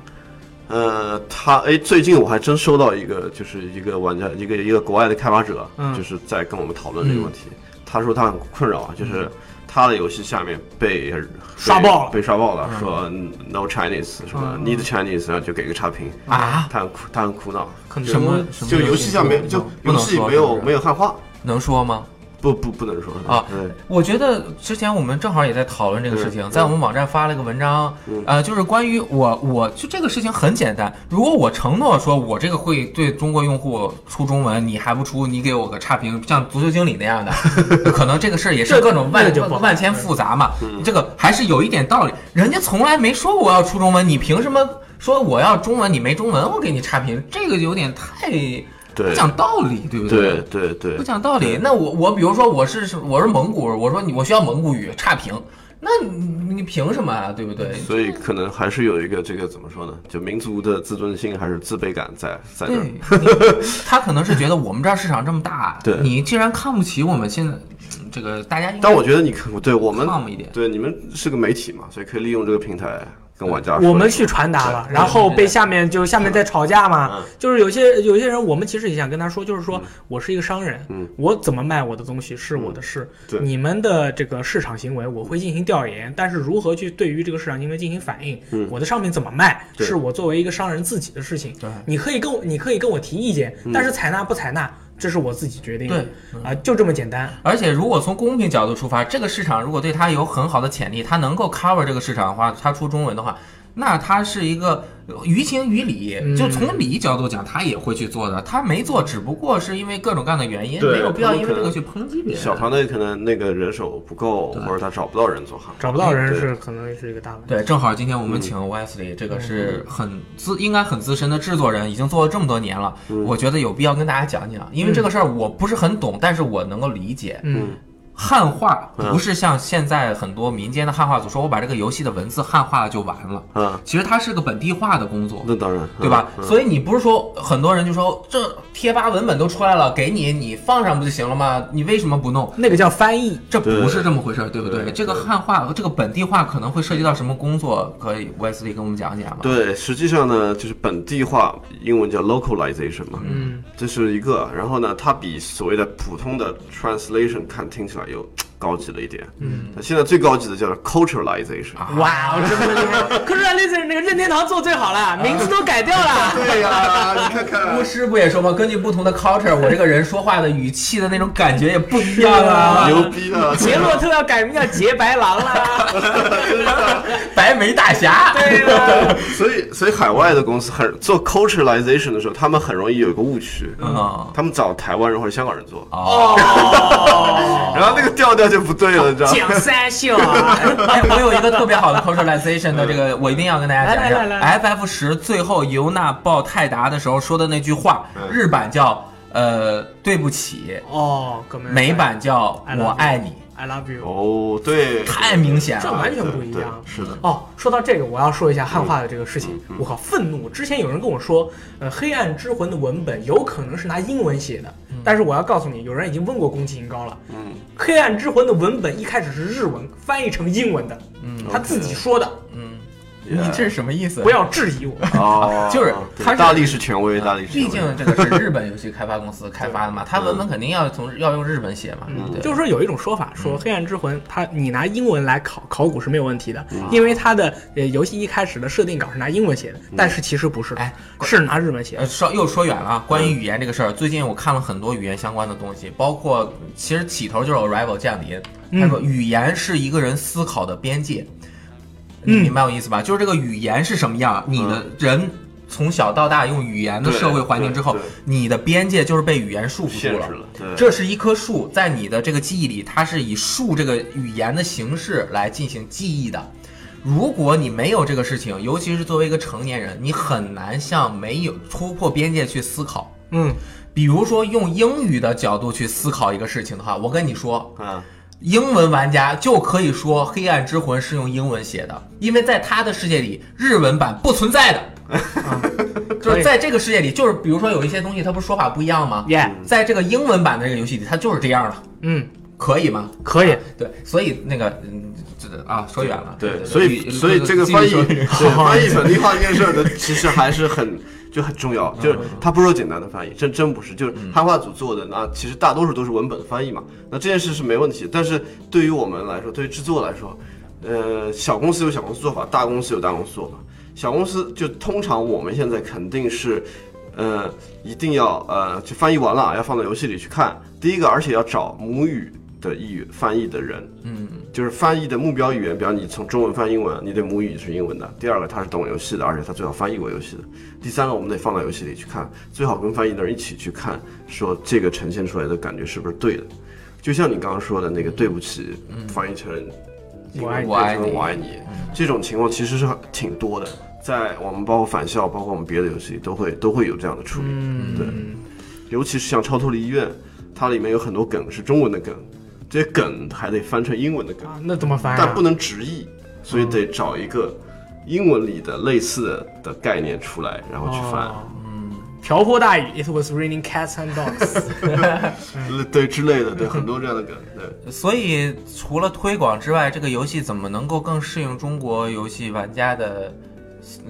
S3: 呃，他哎，最近我还真收到一个，就是一个玩家，一个一个国外的开发者，
S1: 嗯
S3: 就是在跟我们讨论这个问题。
S2: 嗯
S3: 他说他很困扰啊，就是他的游戏下面被被
S1: 刷爆了
S3: 被刷爆
S2: 嗯
S3: 了，说 no Chinese 什么
S1: 嗯
S3: need Chinese，然后就给个差评，
S2: 啊？
S3: 他很苦，他很苦恼，
S1: 很多
S2: 什么？什么
S3: 就游戏下面就
S2: 不
S3: 游
S2: 能
S3: 戏
S2: 说
S3: 没有
S2: 是不
S3: 没
S2: 是
S3: 有汉化，
S2: 能说吗？
S3: 不不不能说
S2: 啊
S3: 对，
S2: 我觉得之前我们正好也在讨论这个事情，
S3: 嗯
S2: 在我们网站发了个文章，
S3: 嗯
S2: 呃，就是关于我，我就这个事情很简单。如果我承诺说我这个会对中国用户出中文，你还不出，你给我个差评，像足球经理那 样的，可能这个事儿也是
S1: 这
S2: 各种
S1: 那
S2: 万
S1: 就不好
S2: 万千复杂嘛。这个还是有一点道理，人家从来没说我要出中文，你凭什么说我要中文，你没中文，我给你差评？这个有点太不
S3: 对
S2: 讲道理，对不
S3: 对对对
S2: 不，讲道理。那我我比如说我是我是蒙古人，我说你我需要蒙古语差评，那你你凭什么啊？对不对？
S3: 所以可能还是有一个这个怎么说呢，就民族的自尊心还是自卑感在在那儿。
S2: 对，他可能是觉得我们这儿市场这么大，
S3: 对
S2: 你既然看不起我们现在嗯这个大家应该
S3: 但我觉得你可对我们
S2: 抗一点
S3: 对你们是个媒体嘛，所以可以利用这个平台跟玩啊家说。
S1: 我们去传达了，然后被下面就下面在吵架嘛
S3: 嗯，
S1: 就是有些有些人，我们其实也想跟他说，就是说我是一个商人
S3: 嗯，
S1: 我怎么卖我的东西是我的事
S3: 对，
S1: 你们的这个市场行为我会进行调研，但是如何去对于这个市场行为进行反应，我的商品怎么卖
S3: 嗯对
S1: 是我作为一个商人自己的事情
S2: 对，
S1: 你可以跟我你可以跟我提意见，
S3: 嗯
S1: 但是采纳不采纳这是我自己决定的
S2: 对，
S1: 啊，就这么简单。
S2: 而且，如果从公平角度出发，这个市场如果对它有很好的潜力，它能够 cover 这个市场的话，它出中文的话，那它是一个于情于理，
S3: 嗯
S2: 就从理角度讲，它也会去做的。它没做，只不过是因为各种各样的原因，
S3: 对
S2: 没有必要因为这
S3: 他
S2: 个
S3: 们
S2: 去抨击别人。
S3: 小团队可能那个人手不够，
S2: 对
S3: 或者他找不到人做好。
S1: 找不到人
S3: 嗯对
S1: 是可能是一个大问题。
S2: 对，正好今天我
S3: 嗯
S2: 们请 Wesley，、这个是很资应该很资深的制作人，已经做了这么多年了，
S3: 嗯
S2: 我觉得有必要跟大家讲讲，因为这个事儿我不是很懂，但是我能够理解。
S1: 嗯，
S2: 汉化
S3: 嗯
S2: 不是像现在很多民间的汉化组说，我把这个游戏的文字汉化了就完了，
S3: 啊，
S2: 其实它是个本地化的工作。
S3: 那当然，
S2: 对吧？
S3: 嗯
S2: 所以你不是说很多人就说这贴吧文本都出来了，给你你放上不就行了吗？你为什么不弄？
S1: 那个叫翻译，
S2: 这不是这么回事儿，对不对？
S3: 对
S2: 这个汉化，这个本地化可能会涉及到什么工作？可以，Wesley 跟我们讲讲吗？
S3: 对，实际上呢，就是本地化，英文叫 localization 嘛，
S1: 嗯，
S3: 这是一个。然后呢，它比所谓的普通的 translation 看听起来又高级了一点。嗯，现在最高级的叫 culturalization。
S1: 哇，我真的厉害！可是 a l i s 那个任天堂做最好了，名字都改掉 了。
S3: 对呀、你看看
S2: 巫师不也说吗？根据不同的 culture，我这个人说话的语气的那种感觉也不一样啊。
S3: 牛逼啊！
S1: 杰洛特要改名叫杰白狼啦，
S2: 白眉大侠，
S1: 对了，
S3: 所以，所以海外的公司很做 culturalization 的时候，他们很容易有一个误区，
S2: 嗯，
S3: 他们找台湾人或者香港人做，
S2: 哦
S1: 哦，
S3: 然后那个调调就不对了，你知道吗？
S1: 蒋三秀啊，
S2: 哎，我有一个特别好的 culturalization 的这个，我一定要跟大家讲一
S1: 来来来
S2: 下。FF 十最后尤娜爆泰达的时候说的那句话，
S3: 嗯
S2: 日版叫呃对不起，
S1: 哦，哥们儿，
S2: 美版叫
S1: I love
S2: 我爱你，
S1: I love you，
S3: 哦，对，
S2: 太明显
S1: 这
S2: 了。
S1: 完全不一样。
S3: 对对是的。
S1: 哦，说到这个，我要说一下汉化的这个事情，我好愤怒！之前有人跟我说，呃，《黑暗之魂》的文本有可能是拿英文写的，但是我要告诉你，有人已经问过宫崎英高了，
S3: 嗯，
S1: 《黑
S3: 嗯
S1: 暗之魂》的文本一开始是日文，翻译成英文的，他自己说的。
S2: 嗯，你这是什么意思？
S1: 不要质疑我。
S3: 哦，
S2: 就是
S3: 对
S2: 它是
S3: 大力士权威，大力士权
S2: 毕
S3: 威。
S2: 竟这个是日本游戏开发公司开发 的嘛，它文本肯定要从要用日本写嘛，
S3: 嗯
S2: 对
S1: 就是说有一种说法说《黑暗之魂》它你拿英文来考考古是没有问题的，
S3: 嗯
S1: 因为它的呃游戏一开始的设定稿是拿英文写的，
S3: 嗯
S1: 但是其实不是，
S2: 哎，
S1: 是拿日文写
S3: 哎
S2: 呃，
S1: 的。
S2: 说又说远了啊。关
S3: 嗯
S2: 于语言这个事儿，最近我看了很多语言相关的东西，包括其实起头就是 Arrival 降临，他说语言是一个人思考的边界，你
S1: 嗯
S2: 明白我意思吧？就是这个语言是什么样，你的人从小到大用语言的
S3: 嗯对
S2: 社会环境之后
S3: 对对，
S2: 你的边界就是被语言束缚
S3: 限
S2: 住
S3: 制了对
S2: 这是一棵树，在你的这个记忆里，它是以树这个语言的形式来进行记忆的。如果你没有这个事情，尤其是作为一个成年人，你很难向没有突破边界去思考。
S1: 嗯，
S2: 比如说，用英语的角度去思考一个事情的话，我跟你说，
S3: 啊，
S2: 英文玩家就可以说《黑暗之魂》是用英文写的，因为在他的世界里，日文版不存在的。就是在这个世界里，就是比如说有一些东西，它不是说法不一样吗？
S1: 耶，
S2: 在这个英文版的这个游戏里，它就是这样的，
S1: 嗯，
S2: 可以吗？
S1: 可以。
S2: 对，所以那个，嗯，这个啊，说远了。
S3: 对，所以
S2: 继续
S3: 所以这个
S2: 继续
S3: 翻译
S2: 说
S3: 对翻译本地化这件事儿 的，其实还是很就很重要，就是它不是说简单的翻译，真真不是，就是汉化组做的，那其实大多数都是文本翻译嘛，那这件事是没问题，但是对于我们来说，对于制作来说，呃，小公司有小公司做法，大公司有大公司做法，小公司就通常我们现在肯定是。呃，一定要呃，就翻译完了啊要放到游戏里去看。第一个，而且要找母语的译语翻译的人，就是翻译的目标语言，比方你从中文翻英文，你得母语是英文的。第二个，他是懂游戏的，而且他最好翻译过游戏的。第三个，我们得放到游戏里去看，最好跟翻译的人一起去看，说这个呈现出来的感觉是不是对的。就像你刚刚说的那个，对不起，翻译成英文
S1: 嗯我爱你
S3: 变成我爱你，这种情况其实是很挺多的，在我们包括返校，包括我们别的游戏里都会都会有这样的处理。
S1: 嗯
S3: 对，尤其是像《超脱离医院》，它里面有很多梗是中文的梗，这些梗还得翻成英文的梗。
S1: 啊，那怎么翻
S3: 但
S1: 啊
S3: 不？能直译，所以得找一个英文里的类似的的概念出来，然后去翻，嗯
S1: 哦瓢泼大雨，It was raining cats and dogs。
S3: 对对之类的，对
S1: 嗯
S3: 很多这样的梗，对，
S2: 所以除了推广之外，这个游戏怎么能够更适应中国游戏玩家的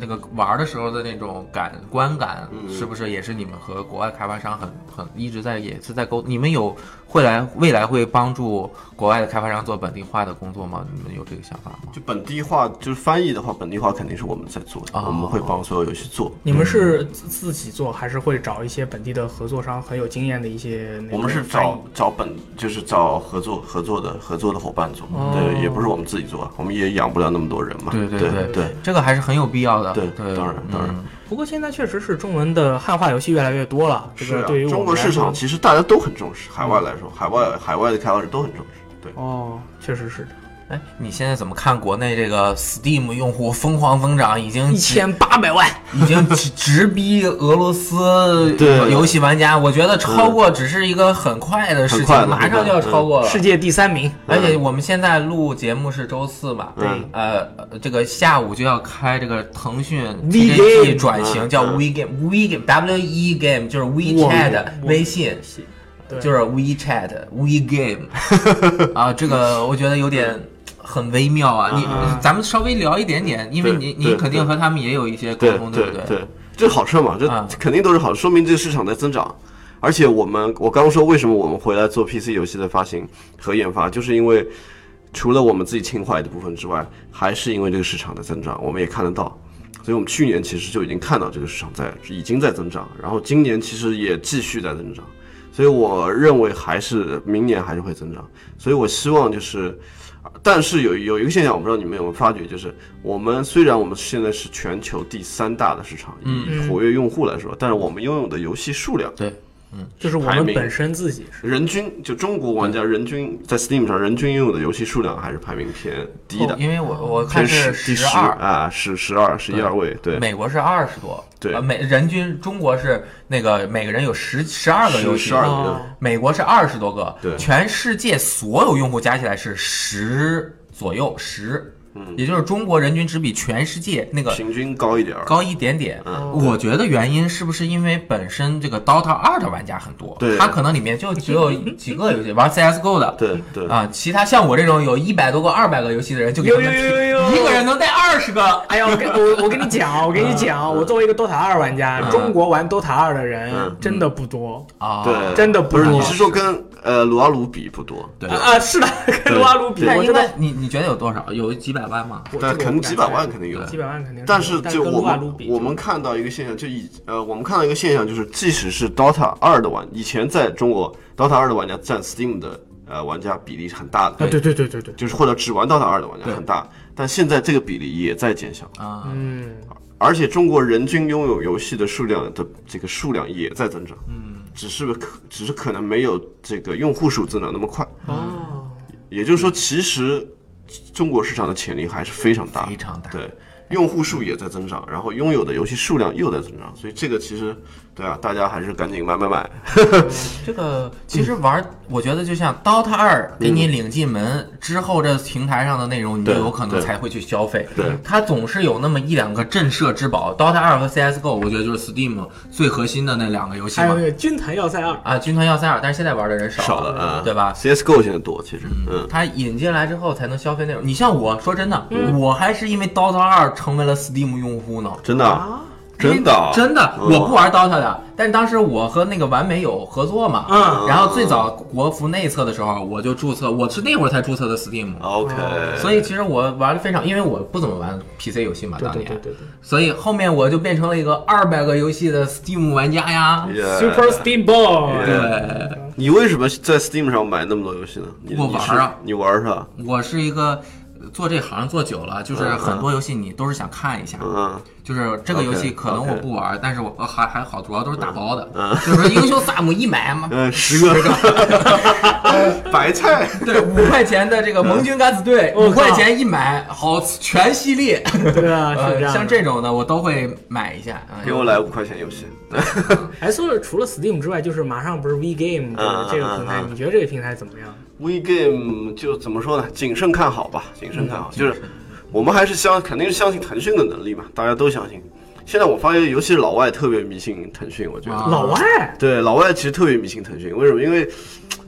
S2: 那个玩儿的时候的那种感观感？
S3: 嗯
S2: 是不是也是你们和国外开发商很很一直在也是在沟？你们有会来未来会帮助国外的开发商做本地化的工作吗？你们有这个想法吗？
S3: 就本地化，就是翻译的话，本地化肯定是我们在做的，
S1: 啊
S2: 哦
S3: 我们会帮所有游戏做。
S1: 你们是自自己做，还是会找一些本地的合作商很有经验的一些？
S3: 我们是找找本，就是找合作合作的合作的伙伴做，
S1: 哦
S3: 对，也不是我们自己做，啊我们也养不了那么多人嘛。
S2: 对
S3: 对
S2: 对
S3: 对
S2: 这个还是很有必要的。
S3: 对
S2: 对，
S3: 当然当然
S2: 嗯
S1: 不过现在确实是中文的汉化游戏越来越多了，这
S3: 是
S1: 个
S3: 啊
S1: 对于，我
S3: 中
S1: 们
S3: 国
S1: 来
S3: 市
S1: 说
S3: 场其实大家都很重视，海外来说，海外海外的开发者都很重视，对。
S1: 哦，确实是的，
S2: 哎，你现在怎么看国内这个 Steam 用户疯狂增长，已
S3: 嗯
S2: 经
S1: 一千八百万。
S2: 已经直直逼俄罗斯
S3: 对
S2: 游戏玩家，我觉得超过只是一个很快的事
S3: 很快
S2: 情，
S3: 的嗯
S2: 马上就要超过了。
S1: 世界第三名，
S2: 而且我们现在录节目是周四嘛，
S3: 嗯
S2: 呃，呃这个下午就要开这个腾讯
S1: V
S2: TGG
S1: Game
S2: 转型，叫
S3: 嗯
S2: We Game，We Game，W E Game 就是 WeChat
S1: 我
S2: 微信，
S1: 对
S2: 就是 WeChat We Game 啊，这个我觉得有点很微妙啊。你咱们稍微聊一点点，因为
S3: 嗯对
S2: 你
S3: 对
S2: 你肯定和他们也有一些沟
S3: 对
S2: 通，不
S3: 对？这好事嘛，这
S2: 啊
S3: 肯定都是好，事，说明这个市场在增长。而且我们，我刚刚说为什么我们回来做 PC 游戏的发行和研发，就是因为除了我们自己情怀的部分之外，还是因为这个市场的增长，我们也看得到。所以我们去年其实就已经看到这个市场在已经在增长，然后今年其实也继续在增长。所以我认为还是明年还是会增长。所以我希望就是，但是有有一个现象，我不知道你们有没有发觉，就是我们虽然我们现在是全球第三大的市场，
S2: 嗯
S3: 以
S1: 嗯
S3: 活跃用户来说，但是我们拥有的游戏数量，
S2: 对，
S1: 就是我们本身自己是
S3: 人均就中国玩家人均在 Steam 上人均拥有的游戏数量还是排名偏低的
S2: 哦，因为我我看
S3: 偏
S2: 是
S3: 第十
S2: 十二，
S3: 啊，十十二十一二位，对，
S2: 美国是二十多，
S3: 对
S2: 呃每人均中国是那个每个人有十十二个游戏
S3: 十，二
S1: 哦
S3: 个，
S2: 美国是二十多个，
S3: 对
S2: 全世界所有用户加起来是十左右十。
S3: 嗯
S2: 也就是中国人均只比全世界那个
S3: 平均高一点儿。
S2: 高一点点。
S1: 哦
S2: 我觉得原因是不是因为本身这个 DOTA 二的玩家很多
S3: 对，
S2: 他可能里面就只有几个游戏玩 CSGO 的，
S3: 对对，
S2: 啊，其他像我这种有一百多个、二百个游戏的人，就给他
S1: 有
S2: 们
S1: 有
S2: 提
S1: 有有有，
S2: 一个人能带二十个，
S1: 哎呀，我跟我我跟你讲，我跟你讲，我作为一个 DOTA 二玩家，
S2: 嗯
S1: 中国玩 DOTA 二的人
S3: 嗯
S1: 真的不多
S2: 啊，
S3: 对，
S1: 真的不
S3: 不是，
S1: 多
S3: 你是说跟呃鲁阿鲁比不多？
S2: 对
S1: 啊，啊！是的，跟撸啊撸比，
S2: 那
S1: 我
S2: 应
S1: 真的
S2: 该你你觉得有多少？有几百万吗？
S1: 我
S3: 但
S1: 这个
S3: 可能
S1: 我不敢
S3: 几百万
S1: 猜
S3: 肯定有
S1: 几百万肯定有。
S3: 但是就
S1: 跟
S3: 我
S1: 撸啊撸
S3: 们
S1: 比，
S3: 我们看到一个现象，就以呃我们看到一个现象，就是即使是 DOTA 二的玩，以前在中国 DOTA 二的玩家占 Steam 的呃玩家比例是很大
S1: 啊，
S3: 的，
S1: 对对对对对，
S3: 就是或者只玩 DOTA 二的玩家
S2: 对
S3: 很大，但现在这个比例也在减小，
S2: 啊，
S1: 嗯，
S3: 而且中国人均拥有游戏的数量的这个数量也在增长，嗯，只是可只是可能没有这个用户数增长那么快，
S1: 哦，
S3: 也就是说，其实中国市场的潜力还是非常大的
S2: 非。常大。
S3: 对，用户数也在增长，然后拥有的游戏数量又在增长，所以这个其实，对啊，大家还是赶紧买买买。
S2: 这个其实玩，我觉得就像 DOTA 二给你领进门之后，这平台上的内容你就
S3: 对
S2: 有可能
S3: 对
S2: 才会去消费。
S3: 对，
S2: 它总是有那么一两个震慑之宝。DOTA 二和 CS:GO，我觉得就是 Steam 最核心的那两个游戏
S1: 还有
S2: 嘛
S1: 那。个《军团要塞二》，
S2: 啊，军团要塞二，但是现在玩的人少
S3: 少了啊，
S2: 对吧？
S3: ？CS:GO 现在多，其实，嗯，
S2: 它引进来之后才能消费内容。你像我说真的，
S1: 嗯
S2: 我还是因为 DOTA 二成为了 Steam 用户呢。
S3: 真的啊，真的啊，
S2: 真的，
S3: 嗯
S2: 我不玩 DOTA 的，但是当时我和那个完美有合作嘛，
S1: 嗯
S2: 然后最早国服内测的时候，我就注册，我是那会儿才注册的 Steam，
S3: OK，
S2: 哦所以其实我玩的非常，因为我不怎么玩 PC 游戏嘛，
S1: 对
S2: 当
S1: 对对
S2: 年，
S1: 对对
S2: 所以后面我就变成了一个二百个游戏的 Steam 玩家呀。
S3: Yeah
S1: ，Super Steam Boy，
S2: 对，
S3: 嗯你为什么在 Steam 上买那么多游戏呢？你
S2: 我玩啊，
S3: 你是你玩是吧？
S2: 我是一个呃做这行做久了，就是很多游戏你都是想看一下，
S3: 嗯，
S2: 就是这个游戏
S3: OK，
S2: 可能我
S3: OK。
S2: 不玩，但是我呃还还好，主要都是打包的，就是英雄萨姆一买嘛
S3: 呃，十个 白菜，
S2: 对，五块钱的这个盟军敢死队，
S1: 我
S2: 五
S1: 靠
S2: 块钱一买，好全系列。
S1: 对啊，是这样
S2: 呃，
S1: 的。
S2: 像这种的我都会买一下。啊
S3: 给我来五块钱游戏，
S1: 哎，所以除了 Steam 之外，就是马上不是 V Game 这个
S3: 嗯嗯
S1: 这个平台，
S3: 嗯嗯
S1: 你觉得这个平台怎么样？
S3: We Game 就怎么说呢？谨慎看好吧，谨慎看好。就是我们还是相肯定是相信腾讯的能力嘛，大家都相信。现在我发现，尤其是老外特别迷信腾讯，我觉得、
S2: 啊
S1: 老外，
S3: 对老外其实特别迷信腾讯。为什么？因为嘖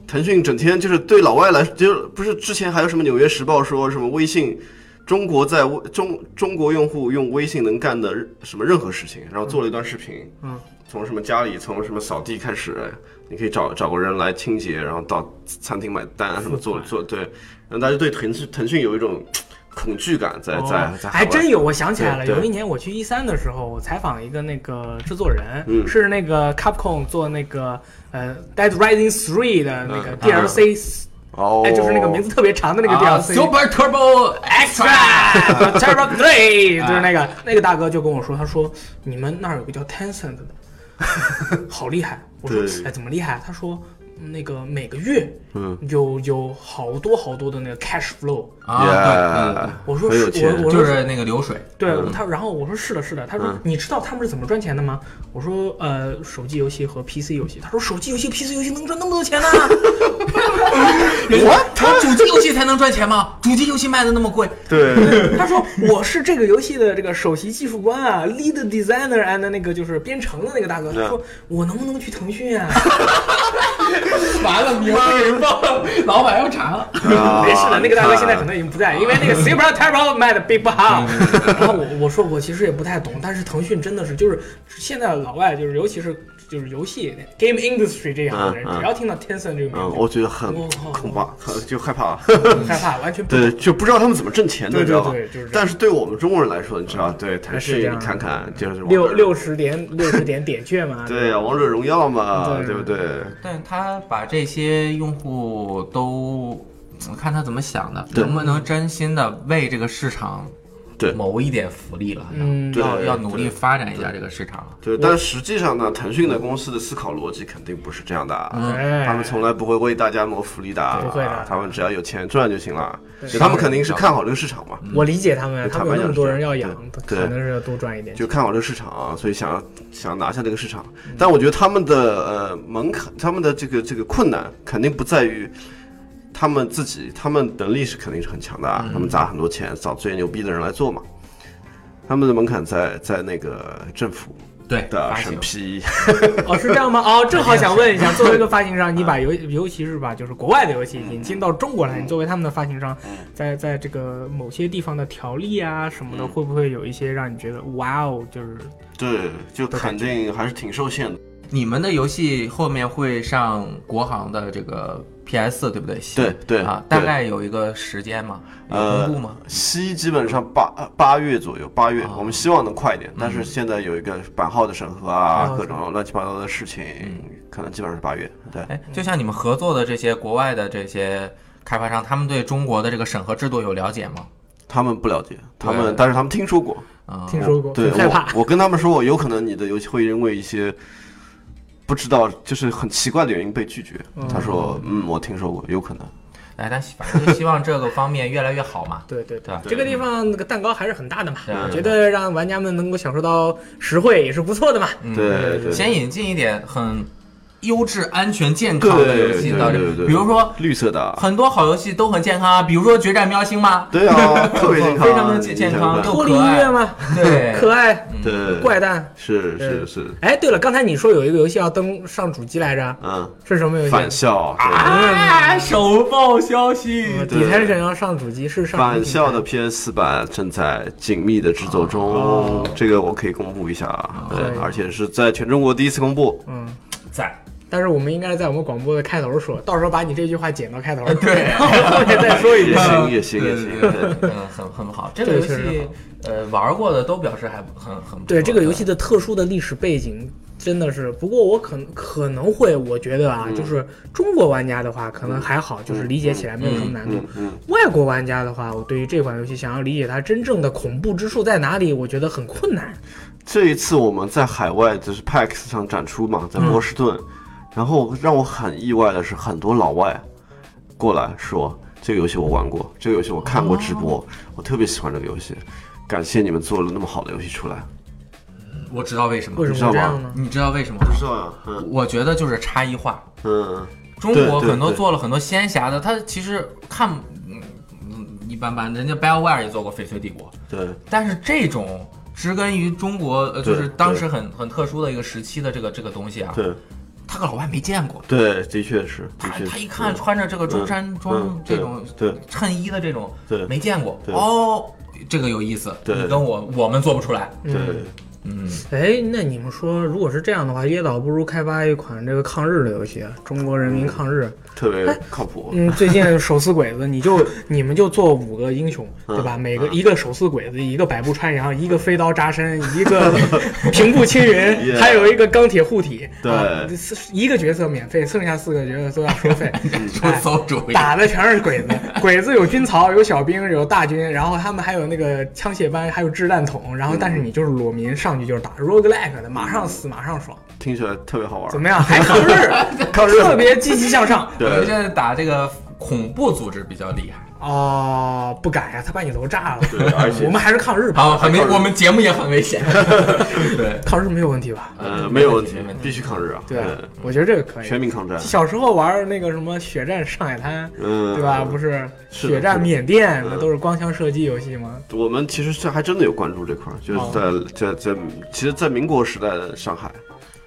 S3: 腾讯整天就是对老外来，就是不是之前还有什么《纽约时报》说什么微信。中国在微中中国用户用微信能干的任什么任何事情，然后做了一段视频，
S1: 嗯，
S3: 从什么家里从什么扫地开始，你可以找找个人来清洁，然后到餐厅买单啊什么做做对，然后大家对腾讯腾讯有一种恐惧感在在
S1: 哦
S3: 在海外，
S1: 还真有，我想起来了，
S3: 对对
S1: 有一年我去一三的时候，我采访一个那个制作人，
S3: 嗯
S1: 是那个 Capcom 做那个呃《Dead Rising Three》的那个
S3: 嗯
S1: DLC，
S3: 哦，
S1: 哎，就是那个名字特别长的那个
S2: 啊
S1: DLC。
S2: Super Turbo Extra。
S1: t e r r o r
S3: 哎
S1: Three，就是那个那个大哥就跟我说，他说你们那儿有个叫 Tencent 的，好厉害。我说
S3: 对
S1: 哎，怎么厉害？他说那个每个月
S3: 嗯
S1: 有有好多好多的那个 cash flow。
S2: 啊，对
S3: Yeah，
S1: 嗯我说
S3: 很有
S1: 是
S3: 钱
S1: 我
S2: 对，就是那个流水。
S1: 对他，然后我说是的，是的。他说
S3: 嗯
S1: 你知道他们是怎么赚钱的吗？我说呃，手机游戏和 PC 游戏。他说手机游戏、PC 游戏能赚那么多 钱呢？
S2: 我主机游戏才能赚钱吗？主机游戏卖的那么贵，
S3: 对，
S1: 他说我是这个游戏的这个首席技术官啊，lead designer and 那个就是编程的那个大哥。他
S3: 啊
S1: 说我能不能去腾讯啊？
S2: 完了名被人报，老板要查了。
S3: 啊
S1: 没事的，那个大哥现在可
S3: 你看嗯
S1: 能已经不在，因为那个 Super Turbo 卖的并不好。然后我我说我其实也不太懂，但是腾讯真的是就是现在老外就是尤其是就是游戏 game industry 这一行的人，
S3: 嗯嗯
S1: 只要听到 Tencent 这个
S3: 嗯，
S1: 名
S3: 我觉得很
S1: 我靠
S3: 恐怕很就害怕，啊
S1: 字，害怕完全不
S3: 对
S1: 懂。，
S3: 就不知道他们怎么挣钱的，
S1: 对
S3: 你知道吧
S1: 对对就是这样？嗯
S3: 但是对我们中国人来说，你知道，对腾
S1: 是这
S3: 讯，
S1: 样
S3: 你看看就是
S1: 六
S3: 王者
S1: 六十点六十点点券嘛，
S3: 对啊，王者荣耀嘛，
S1: 对
S3: 对不对？
S2: 但他把这些用户都，嗯看他怎么想的，
S3: 对
S2: 能不能真心的为这个市场
S3: 对
S2: 谋一点福利了？
S1: 嗯
S3: 对
S2: 要要努力发展一下这个市场。
S3: 对，但实际上呢，腾讯的公司的思考逻辑肯定不是这样的啊，
S1: 哎
S3: 他们从来不会为大家谋福利的啊，
S1: 不会的
S3: 他们只要有钱赚就行了，就他们肯定是看好这个市场嘛，
S1: 我理解他们，啊
S3: 就
S1: 他们有
S3: 坦白
S1: 那么
S3: 讲
S1: 多
S3: 是
S1: 人要
S3: 这样
S1: 养，
S3: 对
S1: 可能是要多赚一点钱。
S3: 就看好这个市场啊，所以想要想拿下这个市场。但我觉得他们的呃门槛，他们的这个这个困难肯定不在于他们自己他们能力是肯定是很强啊
S2: 嗯
S3: 大，他们砸很多钱找最牛逼的人来做嘛。他们的门槛在在那个政府
S2: 对
S3: 的
S2: 发行
S3: 审批，
S1: 哦，是这样吗？ 哦，正好想问一下，作为一个发行商，你把游，尤其是把就是国外的游戏
S3: 嗯
S1: 引进到中国来，你作为他们的发行商，在在这个某些地方的条例啊什
S3: 嗯
S1: 么的，会不会有一些让你觉得哇哦，就是
S3: 对，就
S1: 的
S3: 肯
S1: 感觉
S3: 定还是挺受限的。
S2: 你们的游戏后面会上国行的这个 PS，对不对？
S3: 对对
S2: 啊，
S3: 对
S2: 大概有一个时间嘛，有
S3: 呃
S2: 公布吗？
S3: 西基本上八呃八月左右，八月、
S2: 哦
S3: 我们希望能快一点，但是现在有一个版号的审核啊，
S1: 哦
S3: 各种乱七八糟的事情，
S2: 嗯
S3: 可能基本上是八月。对，
S2: 哎，就像你们合作的这些国外的这些开发商，他们对中国的这个审核制度有了解吗？
S3: 他们不了解，他
S2: 对
S3: 们但是他们听说过，
S2: 啊、
S1: 听说过，
S3: 对
S1: 很害怕。。
S3: 我。我跟他们说，我有可能你的游戏会因为一些不知道就是很奇怪的原因被拒绝。他说，嗯，我听说过，有可能。
S2: 哎，但反正就希望这个方面越来越好嘛
S1: 对对
S2: 对吧
S1: 这个地方那个蛋糕还是很大的嘛，
S2: 对
S1: 我觉得让玩家们能够享受到实惠也是不错的嘛。
S2: 嗯
S3: 对对
S2: 先引进一点很优质、安全、健康的游戏到这
S3: 对对对对
S2: 比如说
S3: 绿色的啊，
S2: 很多好游戏都很健康啊，比如说《决战喵星》嘛，
S3: 对啊，特别健康，
S2: 非常的健康
S3: 你想想看
S2: 都
S1: 脱离音乐嘛，
S3: 哎
S2: 对，
S1: 可爱
S3: 对，
S1: 怪诞。
S3: 是是
S1: 对
S3: 是，
S1: 哎，对了，刚才你说有一个游戏要登上主机来着，
S3: 嗯，
S1: 是什么游戏？
S3: 返校，对
S2: 啊，首爆消息
S1: 嗯，
S3: 对
S1: 底台人要上主机是上
S3: 返校
S1: 校
S3: 的 PS 版正在紧密的制作中，
S2: 哦
S3: 这个我可以公布一下啊，对
S1: 可以，
S3: 而且是在全中国第一次公布。
S1: 嗯。
S2: 在
S1: 但是我们应该在我们广播的开头说，到时候把你这句话剪到开头，
S2: 对，
S1: 后面再 说一
S3: 也
S1: 遍。
S3: 行，也行，也行。
S2: 嗯对
S3: 对
S2: 嗯，很很好。这个
S1: 这
S2: 游
S1: 个确实
S2: 戏，呃，玩过的都表示还不很很不
S1: 对
S2: 错
S1: 这个游戏的特殊的历史背景，真的是。不过我可能可能会，我觉得
S2: 嗯
S1: 啊，就是中国玩家的话，可能还好，就是理解起来没有什么难度。
S3: 嗯嗯，
S1: 外国玩家的话，我对于这款游戏想要理解它真正的恐怖之处在哪里，我觉得很困难。
S2: 嗯
S3: 这一次我们在海外就是 PAX 上展出嘛，
S2: 嗯
S3: 在波士顿，然后让我很意外的是，很多老外过来说这个游戏我玩过，这个游戏我看过直播，
S2: 哦
S3: 我特别喜欢这个游戏，感谢你们做了那么好的游戏出来。
S2: 我知道为什么
S1: 为，什么会这样呢？
S2: 你知道为什么？
S3: 是啊，嗯
S2: 我觉得就是差异化。
S3: 嗯，
S2: 中
S3: 对
S2: 国
S3: 对
S2: 很多
S3: 对
S2: 做了很多仙侠的，它其实看嗯嗯一般般，人家 BioWare 也做过《翡翠帝国》，
S3: 对。
S2: 但是这种植根于中国，呃，就
S3: 对
S2: 是当时很很特殊的一个时期的这个这个东西啊，
S3: 对
S2: 他个老外没见过。
S3: 对，的确是，的
S2: 他
S3: 确是。
S2: 他一看穿着这个中山装
S3: 嗯
S2: 这种
S3: 对对
S2: 衬衣的这种，
S3: 对
S2: 没见过
S3: 对
S2: 哦，这个有意思。
S3: 对
S2: 你跟我我们做不出来。
S3: 对对
S2: 嗯，
S1: 哎，那你们说，如果是这样的话，椰岛不如开发一款这个抗日的游戏，啊中国人民抗日。
S3: 特别靠谱。
S1: 嗯，最近手撕鬼子，你就你们就做五个英雄，对
S3: 嗯
S1: 吧？每个一个手撕鬼子，一个百步穿杨，一个飞刀扎身，一 个平步青云，
S3: Yeah
S1: 还有一个钢铁护体。
S3: 对
S1: 啊四一个角色免费，剩下四个角色都要收费。
S3: 嗯
S1: 哎
S2: 出馊主意。
S1: 打的全是鬼子，鬼子有军曹，有小兵，有大军，然后他们还有那个枪械班，还有掷弹筒，然后但是
S3: 嗯
S1: 你就是裸民上去就是打 roguelike 的，马上死马上爽，
S3: 听起来特别好玩。
S1: 怎么样？还抗 日，抗日特别积极向上。
S2: 我们
S3: 对
S2: 现在打这个恐怖组织比较厉害。
S1: 哦，不敢呀，他把你楼炸了。
S3: 对，而 且
S1: 我们还是抗日 吧，
S2: 好，很危，我们节目也很危险。对，
S1: 抗日没有问题吧？
S3: 呃没有问题
S2: 没问，题
S3: 必须抗日啊！
S1: 对啊，我觉得这个可
S3: 全
S1: 以。
S3: 民抗战。
S1: 小时候玩那个什么《血战上海滩》，
S3: 嗯，
S1: 对吧？不是
S3: 是
S1: 《
S3: 的
S1: 血战缅甸》，那
S3: 嗯
S1: 都是光枪射击游戏吗？
S3: 我们其实是还真的有关注这块儿，
S2: 哦
S3: 就是在在在，其实，在民国时代的上海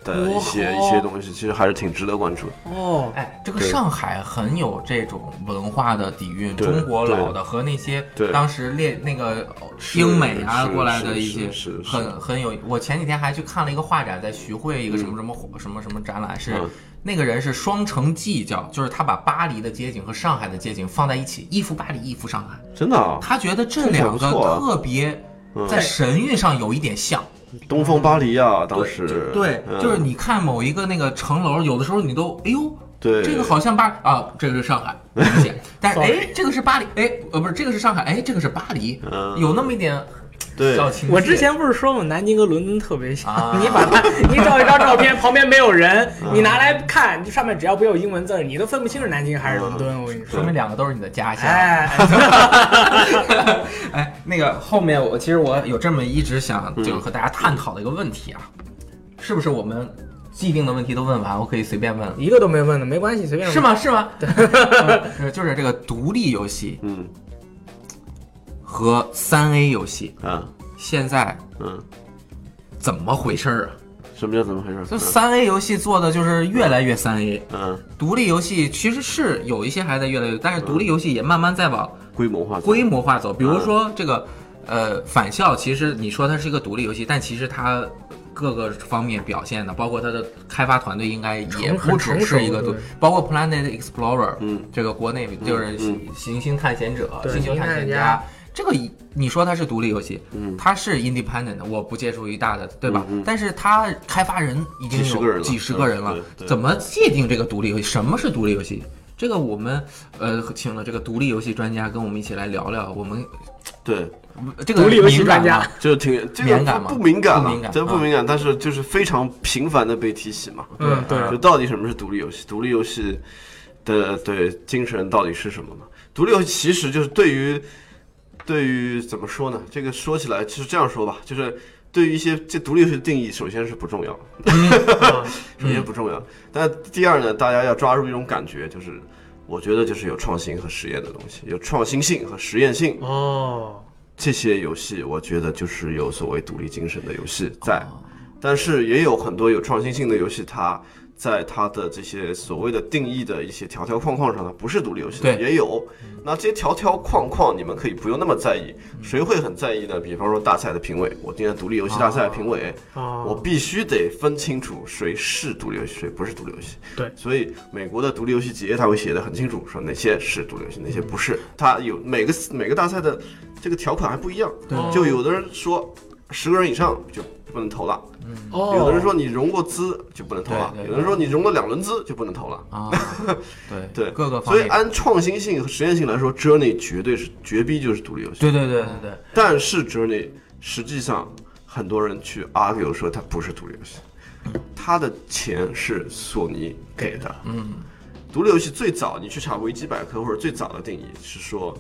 S3: 的一些
S1: 哦
S3: 一些东西，其实还是挺值得关注的。
S1: 哦，
S2: 哎，这个
S3: 对
S2: 上海很有这种文化的底蕴，
S3: 对
S2: 中国老的和那些
S3: 对
S2: 当时列那个
S3: 是
S2: 英美啊
S3: 是
S2: 过来的
S3: 是
S2: 一些
S3: 是是是
S2: 很很有。我前几天还去看了一个画展，在徐汇一个什么什么什么什么展览，是
S3: 嗯
S2: 那个人是双城记叫，就是他把巴黎的街景和上海的街景放在一起，一幅巴黎，一幅上海。
S3: 真的啊，
S2: 他觉得这两个
S3: 这个不错啊嗯
S2: 特别在神韵上有一点像。
S3: 东方巴黎啊，当时
S2: 对，
S3: 嗯
S2: 就是你看某一个那个城楼，有的时候你都哎呦，
S3: 对
S2: 这个好像巴啊，这个是上海，明 显，但是哎，这个是巴黎，哎，呃，不是，这个是上海，哎，这个是巴黎，
S3: 嗯
S2: 有那么一点
S3: 对
S2: 小情节。
S1: 我之前不是说吗？南京跟伦敦特别像。
S2: 啊
S1: 你把它，你找一张照片，旁边没有 人，
S3: 啊
S1: 你拿来看，上面只要不有英文字儿，你都分不清是南京还是伦敦。我跟你说
S2: 说，明两个都是你的家乡。
S1: 哎，
S2: 哎，那个后面我
S3: 嗯
S2: 其实我有这么一直想就是和大家探讨的一个问题啊，是不是我们既定的问题都问完，我可以随便问了。
S1: 一个都没问的，没关系，随便问
S2: 是？吗？是吗？ 对，就是这个独立游戏
S3: 嗯
S2: 和三 A 游戏
S3: 啊
S2: 现在
S3: 嗯，
S2: 怎么回事儿啊？
S3: 什么叫怎么回事？
S2: 就三 A 游戏做的就是越来越三 A，
S3: 嗯，
S2: 独立游戏其实是有一些还在越来越，但是独立游戏也慢慢在往
S3: 规模化，
S2: 规模化走。比如说这个，呃，返校，其实你说它是一个独立游戏，但其实它各个方面表现的，包括它的开发团队，应该也
S1: 成
S2: 不
S1: 很
S2: 只
S1: 成熟
S2: 是一个独
S1: 对，
S2: 包括 Planet Explorer，
S3: 嗯，
S2: 这个国内就是
S3: 嗯
S2: 行行星探险者、
S1: 对
S2: 星
S1: 行
S2: 球
S1: 星
S2: 探
S1: 探
S2: 险
S1: 险
S2: 家
S1: 家。
S2: 这个你说它是独立游戏，
S3: 嗯
S2: 它是 independent 的，我不借助于大的，对吧？
S3: 嗯嗯
S2: 但是它开发人已经
S3: 几十个
S2: 有
S3: 人了
S2: 几十个人了
S3: 对，对
S2: 怎么界定这个独立游戏？什么是独立游戏？这个我们呃请了这个独立游戏专家跟我们一起来聊聊，我们
S3: 对，
S2: 这个
S1: 独立游戏
S2: 敏
S1: 专
S2: 感
S1: 家
S2: 吗，
S3: 就挺这
S2: 敏感
S3: 个
S2: 吗
S3: 不不敏感
S2: 不敏感
S3: 了，真不
S2: 啊
S3: 敏感，但是就是非常频繁的被提起嘛。
S1: 嗯，对，
S3: 就到底什么是独立游戏？独立游戏的对精神到底是什么嘛？独立游戏其实就是对于对于怎么说呢？这个说起来就是这样说吧，就是对于一些这独立游戏的定义，首先是不重要， 首先不重要。但第二呢，大家要抓住一种感觉，就是我觉得就是有创新和实验的东西，有创新性和实验性。
S1: 哦，
S3: 这些游戏，我觉得就是有所谓独立精神的游戏在，但是也有很多有创新性的游戏，它在它的这些所谓的定义的一些条条框框上，它不是独立游戏的，
S2: 对
S3: 也有。那这些条条框框，你们可以不用那么在意，谁会很在意呢？比方说大赛的评委，我今天独立游戏大赛的评委，
S1: 哦，
S3: 我必须得分清楚谁是独立游戏，谁不是独立游戏。
S1: 对
S3: 所以美国的独立游戏节它会写得很清楚，说哪些是独立游戏，哪些不是。它有每个每个大赛的这个条款还不一样，
S2: 哦
S1: 对
S3: 就有的人说十个人以上就不能投了，
S1: 哦，
S3: 有的人说你融过资就不能投了
S2: 对，对
S3: 有的人说你融了两轮资就不能投了。
S2: 啊，对
S3: 对，
S2: 各个方
S3: 所以
S2: 面，
S3: 按创新性和实验性来说，Journey 绝对是绝逼就是独立游戏。
S2: 对对对对对，
S3: 但是 Journey 实际上很多人去 argue 说它不是独立游戏，它的钱是索尼给的。嗯，独立游戏最早你去查维基百科或者最早的定义是说，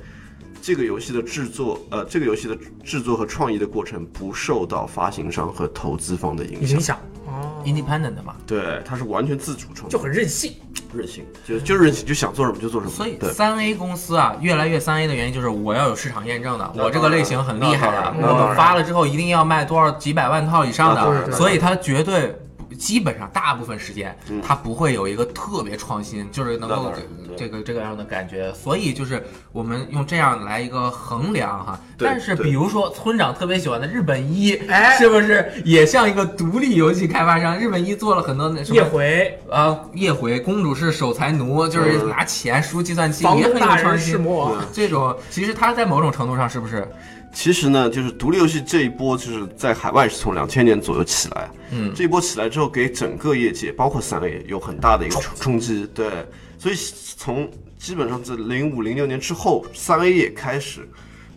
S3: 这个游戏的制作，呃，这个游戏的制作和创意的过程不受到发行商和投资方的影响
S1: 影。响，哦，
S2: independent 的嘛，
S3: 对，它是完全自主创
S1: 就
S3: 作，
S1: 很任性，
S3: 任性，就就任性，就想做什么就做什么。
S2: 所以
S3: 对，
S2: 三 A 公司啊，越来越三 A 的原因就是我要有市场验证的，
S3: 那
S2: 我这个类型很厉害的，
S3: 当然那当然啊
S2: 我发了之后一定要卖多少几百万套以上
S3: 那当
S2: 的，
S3: 然
S2: 所以它绝对不。基本上大部分时间，它不会有一个特别创新，就是能
S3: 嗯那
S2: 够
S3: 当然对
S2: 这个这个样的感觉。所以就是我们用这样来一个衡量哈。
S3: 对
S2: 但是
S3: 对
S2: 比如说村长特别喜欢的日本一，
S1: 哎
S2: 是不是也像一个独立游戏开发商？日本一做了很多那什么
S1: 夜回，
S2: 啊，夜回公主是守财奴，就是拿钱输计算器，
S1: 房
S2: 也
S1: 东
S2: 很有
S1: 大
S2: 创
S1: 人是
S2: 新。
S1: 魔王，
S2: 这种其实它在某种程度上是不是？
S3: 其实呢，就是独立游戏这一波，就是在海外是从两千年左右起来，
S2: 嗯，
S3: 这一波起来之后，给整个业界，包括三 A 有很大的一个冲冲击，对，所以从基本上在零五零六年之后，三 A 也开始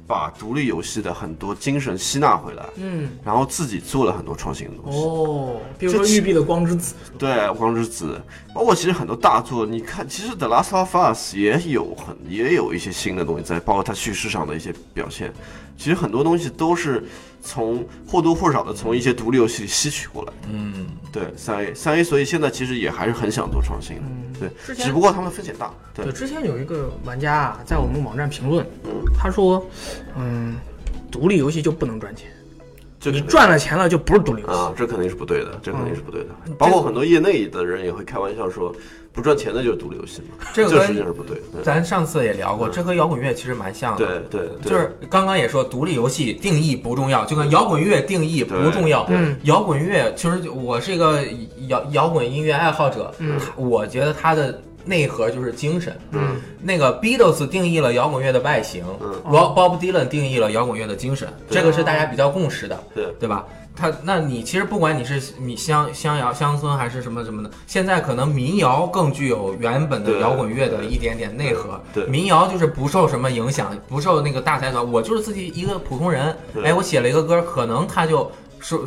S3: 把独立游戏的很多精神吸纳回来，
S1: 嗯，
S3: 然后自己做了很多创新的
S2: 嗯
S3: 东西，
S1: 哦，比如说玉璧的光之子，
S3: 对，《光之子》，包括其实很多大作，你看，其实《The Last of Us》也有很也有一些新的东西在，包括它叙事上的一些表现。其实很多东西都是从或多或少的从一些独立游戏里吸取过来的。
S2: 嗯，
S3: 对，三 A 三 A，所以现在其实也还是很想做创新的。
S1: 嗯之
S3: 对，
S1: 前
S3: 只不过他们风险大。
S2: 嗯
S3: 对
S1: 对，，之前有一个玩家啊，在我们网站评论，他说，嗯，独立游戏就不能赚钱，
S3: 这
S1: 你
S3: 肯定
S1: 赚了钱了就不是独立游戏。
S3: 啊，这肯定是不对的，这肯定是不对的。
S2: 嗯
S3: 包括很多业内的人也会开玩笑说，不赚钱的就是独立游戏嘛，
S2: 这个
S3: 这
S2: 跟
S3: 事情是不对的。
S2: 嗯咱上次也聊过，这和摇滚乐其实蛮像
S3: 对
S2: 的。
S3: 对
S2: 啊
S3: 对，
S2: 就是刚刚也说，独立游戏定义不重要，就跟摇滚乐定义不重要。
S3: 对
S1: 嗯
S2: 摇滚乐其实我是一个摇摇滚音乐爱好者，
S1: 嗯
S2: 它我觉得它的内核就是精神。
S3: 嗯
S2: 那个 Beatles 定义了摇滚乐的外形、
S3: 嗯
S2: b o b Bob Dylan 定义了摇滚乐的精神，
S3: 对
S2: 这个是大家比较共识的，
S3: 对
S2: 对吧？他，那你其实不管你是你乡乡谣、乡村还是什么什么的，现在可能民谣更具有原本的
S3: 对
S2: 摇滚乐的一点点内核。
S3: 对对
S2: 民谣就是不受什么影响，不受那个大财团，我就是自己一个普通人，
S3: 对
S2: 哎，我写了一个歌，可能他就是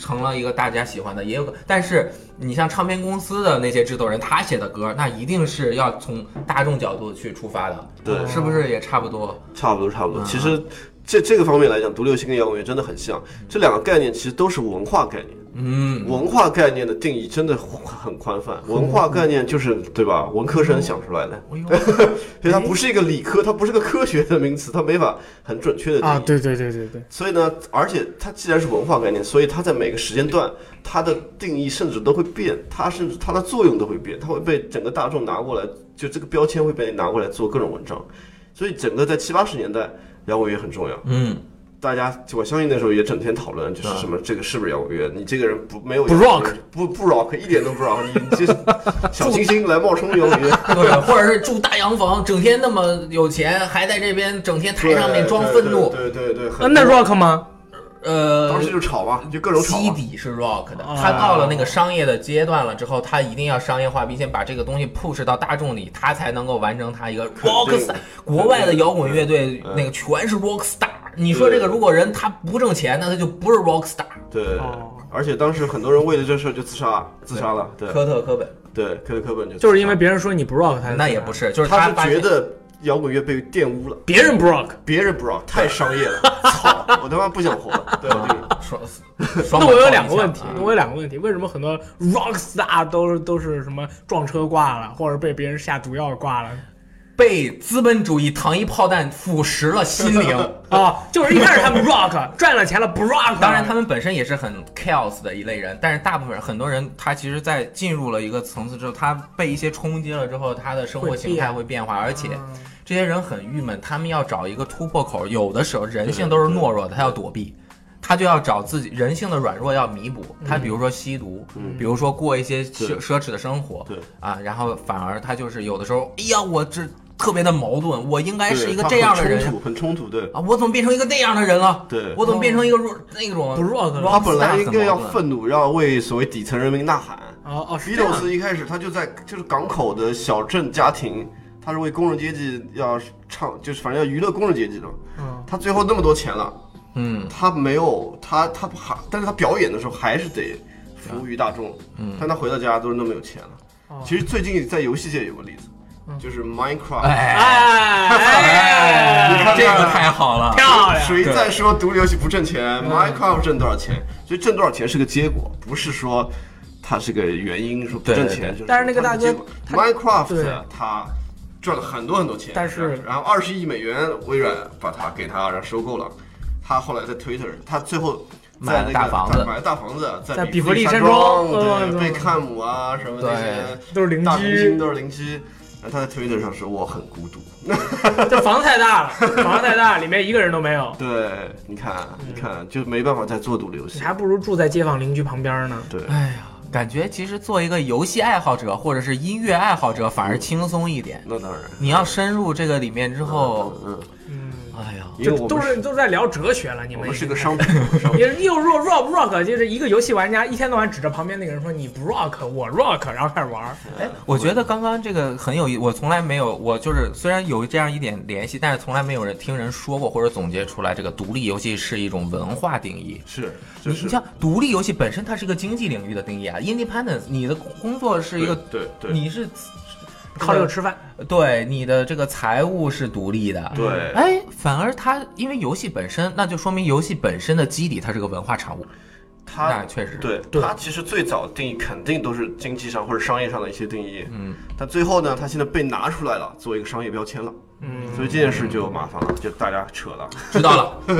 S2: 成了一个大家喜欢的，也有可，但是你像唱片公司的那些制作人，他写的歌，那一定是要从大众角度去出发的，
S3: 对
S2: 是不是也差不多？
S3: 差不多，差不多。
S2: 嗯
S3: 其实这这个方面来讲，独立游戏跟摇滚乐真的很像，这两个概念其实都是文化概念。
S2: 嗯，
S3: 文化概念的定义真的很宽泛，文化概念就是对吧？文科生想出来的，
S2: 哎呦，
S3: 所以它不是一个理科，它不是个科学的名词，它没法很准确的定义。
S1: 啊，对对对对对，
S3: 所以呢，而且它既然是文化概念，所以它在每个时间段，它的定义甚至都会变，它甚至它的作用都会变，它会被整个大众拿过来，就这个标签会被拿过来做各种文章。所以整个在七八十年代，摇滚乐很重要。
S2: 嗯，
S3: 大家我相信那时候也整天讨论，就是
S2: 啊
S3: 什么这个是不是摇滚乐？你这个人不没有
S1: 不
S3: 摇滚
S1: rock
S3: 乐不不 rock 一点都不 rock，你你这小清新来冒充 摇滚乐。
S2: 对，或者是住大洋房，整天那么有钱，还在这边整天台上面装愤怒，
S3: 对对对
S1: 那
S3: 对，很
S1: 那 rock 吗？
S2: 呃，
S3: 当时就吵嘛，就各种吵
S2: 基
S3: 嘛。
S2: 底是 rock 的，
S1: 啊
S2: 他到了那个商业的阶段了之后，他一定要商业化，并且把这个东西 push 到大众里，他才能够完成他一个
S3: 定
S2: rock star。国外的摇滚乐队
S3: 嗯
S2: 那个全是 rock star。你说这个如果人他不挣钱，那他就不是 rock star。
S3: 对
S1: 哦，
S3: 而且当时很多人为了这事儿就自杀了，自杀了。对
S2: 科特·科本
S3: 对，科特·科本就
S1: 就是因为
S3: 自
S1: 别人说你不 rock 才
S2: 那也不是，就是
S3: 杀了
S2: 发
S3: 他是
S2: 现
S3: 觉得摇滚乐被玷污了，
S1: 别人不 rock，
S3: 别人不 rock 太商业了，操，我他妈不想活了。对，我就
S2: 双双
S1: 那
S2: 管
S1: 我有
S2: 爆
S1: 两个
S2: 一下
S1: 问题
S2: 啊，
S1: 那我有两个问题，为什么很多 rock star 都是都是什么撞车挂了，或者被别人下毒药挂
S2: 呃
S1: 了？
S2: 被资本主义糖衣炮弹腐蚀了心 灵。
S1: 啊，就是一开始他们 rock 赚了钱了不 rock，
S2: 当然，他们本身也是很 chaos 的一类人，但是大部分人很多人，他其实，在进入了一个层次之后，他被一些冲击了之后，他的生活形态会变
S3: 嗯
S2: 化，而且这些人很郁闷，他们要找一个突破口。有的时候人性都是懦弱的，他要躲避，他就要找自己人性的软弱要弥补。他比如说吸毒，比如说过一些奢
S3: 嗯对
S2: 奢侈的生活，
S3: 对
S2: 啊，然后反而他就是有的时候，哎呀，我这特别的矛盾，我应该是
S3: 对
S2: 一个
S3: 他
S2: 这样的
S3: 很
S2: 人
S3: 冲突，很冲突。对，
S2: 啊，我怎么变成一个那样的人了？
S3: 对
S2: 我怎么变成一个弱那种
S1: 不 rock 了
S2: rock
S3: 他本来
S2: star
S3: 应该要
S2: 很矛盾
S3: 愤怒，要为所谓底层人民呐喊。
S1: 哦哦是
S3: 比
S1: 这
S3: 斗
S1: 样
S3: 斯一开始他就在就是港口的小镇家庭，他是为工人阶级要唱，就是反正要娱乐工人阶级的嘛。
S1: 嗯
S3: 他最后那么多钱了，
S2: 嗯，
S3: 他没有他他不还，但是他表演的时候还是得服务于大众。嗯，但他回到家都是那么有钱
S1: 哦
S3: 了。其实最近在游戏界有个例子，就是 Minecraft。
S2: 哎
S3: 你
S1: 哎
S3: 看
S2: 这个太好了，
S1: 漂亮，嗯
S3: 谁在说独立游戏不挣钱？Minecraft 挣多少钱？所以挣多少钱是个结果，不是说它是个原因，说不挣
S2: 对对对
S3: 钱就是。
S1: 但是那个大哥他
S3: Minecraft
S1: 对
S3: 他赚了很多很多钱，
S1: 但是
S3: 然后二十亿美元微软把它给他然后收购了，他后来在 Twitter，他最后。
S2: 买了
S3: 在那个
S2: 大房子
S3: 买了大房子，
S1: 在
S3: 在
S1: 比弗利山
S3: 山
S1: 庄嗯
S3: 对，
S1: 嗯
S3: 贝克姆啊什么那些
S1: 都是邻
S3: 大明星
S1: 居，
S3: 都是邻居。然后他在 Twitter 上说我很孤独，
S1: 这房子太大了，房子太大，里面一个人都没有，
S3: 对，你看，啊你看，就没办法再做独立游
S1: 嗯
S3: 戏
S1: 你。还不如住在街坊邻居旁边呢。
S3: 对，
S2: 哎呀，感觉其实做一个游戏爱好者或者是音乐爱好者反而轻松一点。
S3: 那当然。
S2: 你要深入这个里面之后，
S3: 嗯，
S1: 嗯，
S2: 哎呀，
S3: 因为
S1: 就
S3: 我
S1: 都
S3: 们
S1: 是都在聊哲学了，你
S3: 我
S1: 们
S3: 们是
S1: 已经
S3: 个
S1: 开始
S3: 商品，商 品
S1: 也是又 rock rock rock，就是一个游戏玩家一天到晚指着旁边那个人说你不 rock，我 rock，然后开始玩儿。
S2: 哎我觉得刚刚这个很有意，我从来没有，我就是虽然有这样一点联系，但是从来没有人听人说过或者总结出来，这个独立游戏是一种文化定义。
S3: 是，就
S2: 你
S3: 是
S2: 你像独立游戏本身，它是一个经济领域的定义啊，independence，你的工作是一个，
S3: 对对对
S2: 你是
S1: 靠这个吃饭，
S2: 对你的这个财务是独立的。
S3: 对
S2: 哎，反而它因为游戏本身，那就说明游戏本身的基底它是个文化产物。那
S3: 它
S2: 确实，
S3: 对
S1: 对
S3: 它其实最早定义肯定都是经济上或者商业上的一些定义，嗯，但最后呢，它现在被拿出来了，作为一个商业标签了，
S1: 嗯，
S3: 所以这件事就麻烦了，就大家扯了，
S2: 知道 了。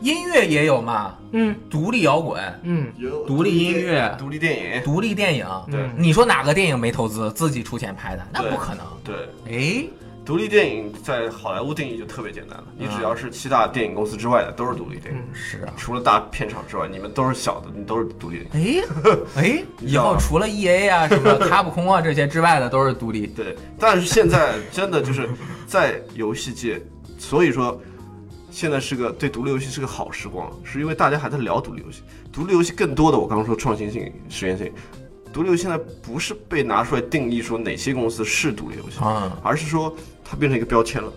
S2: 音乐也有嘛，
S1: 嗯
S2: 独立摇滚、
S1: 嗯，
S3: 有
S2: 独立音乐
S3: 独立电影，
S2: 独立电影。
S3: 对
S2: 你说哪个电影没投资，自己出钱拍的？那不可能。
S3: 对，
S2: 哎，
S3: 独立电影在好莱坞定义就特别简单了，你
S2: 嗯
S3: 只要是七大电影公司之外的都是独立电
S1: 嗯
S3: 影，
S2: 是 啊。
S3: 除了大片场之外，你们都是小的，你都是独立电影。
S2: 哎，哎，以后除了 E A 啊、什么 卡普空啊这些之外的，都是独立。
S3: 对，但是现在真的就是在游戏界，所以说现在是个对独立游戏是个好时光，是因为大家还在聊独立游戏。独立游戏更多的，我刚刚说创新性、实验性，独立游戏现在不是被拿出来定义说哪些公司是独立游戏，
S2: 啊
S3: 而是说它变成一个标签了。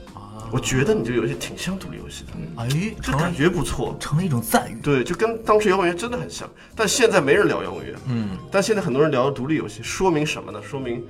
S3: 我觉得你这个游戏挺像独立游戏的，
S2: 哎，
S3: 这
S2: 成了
S3: 感觉不错。
S2: 成了一种赞誉。
S3: 对，就跟当时摇滚乐真的很像，但现在没人聊摇滚乐。嗯，但现在很多人聊独立游戏，说明什么呢？说明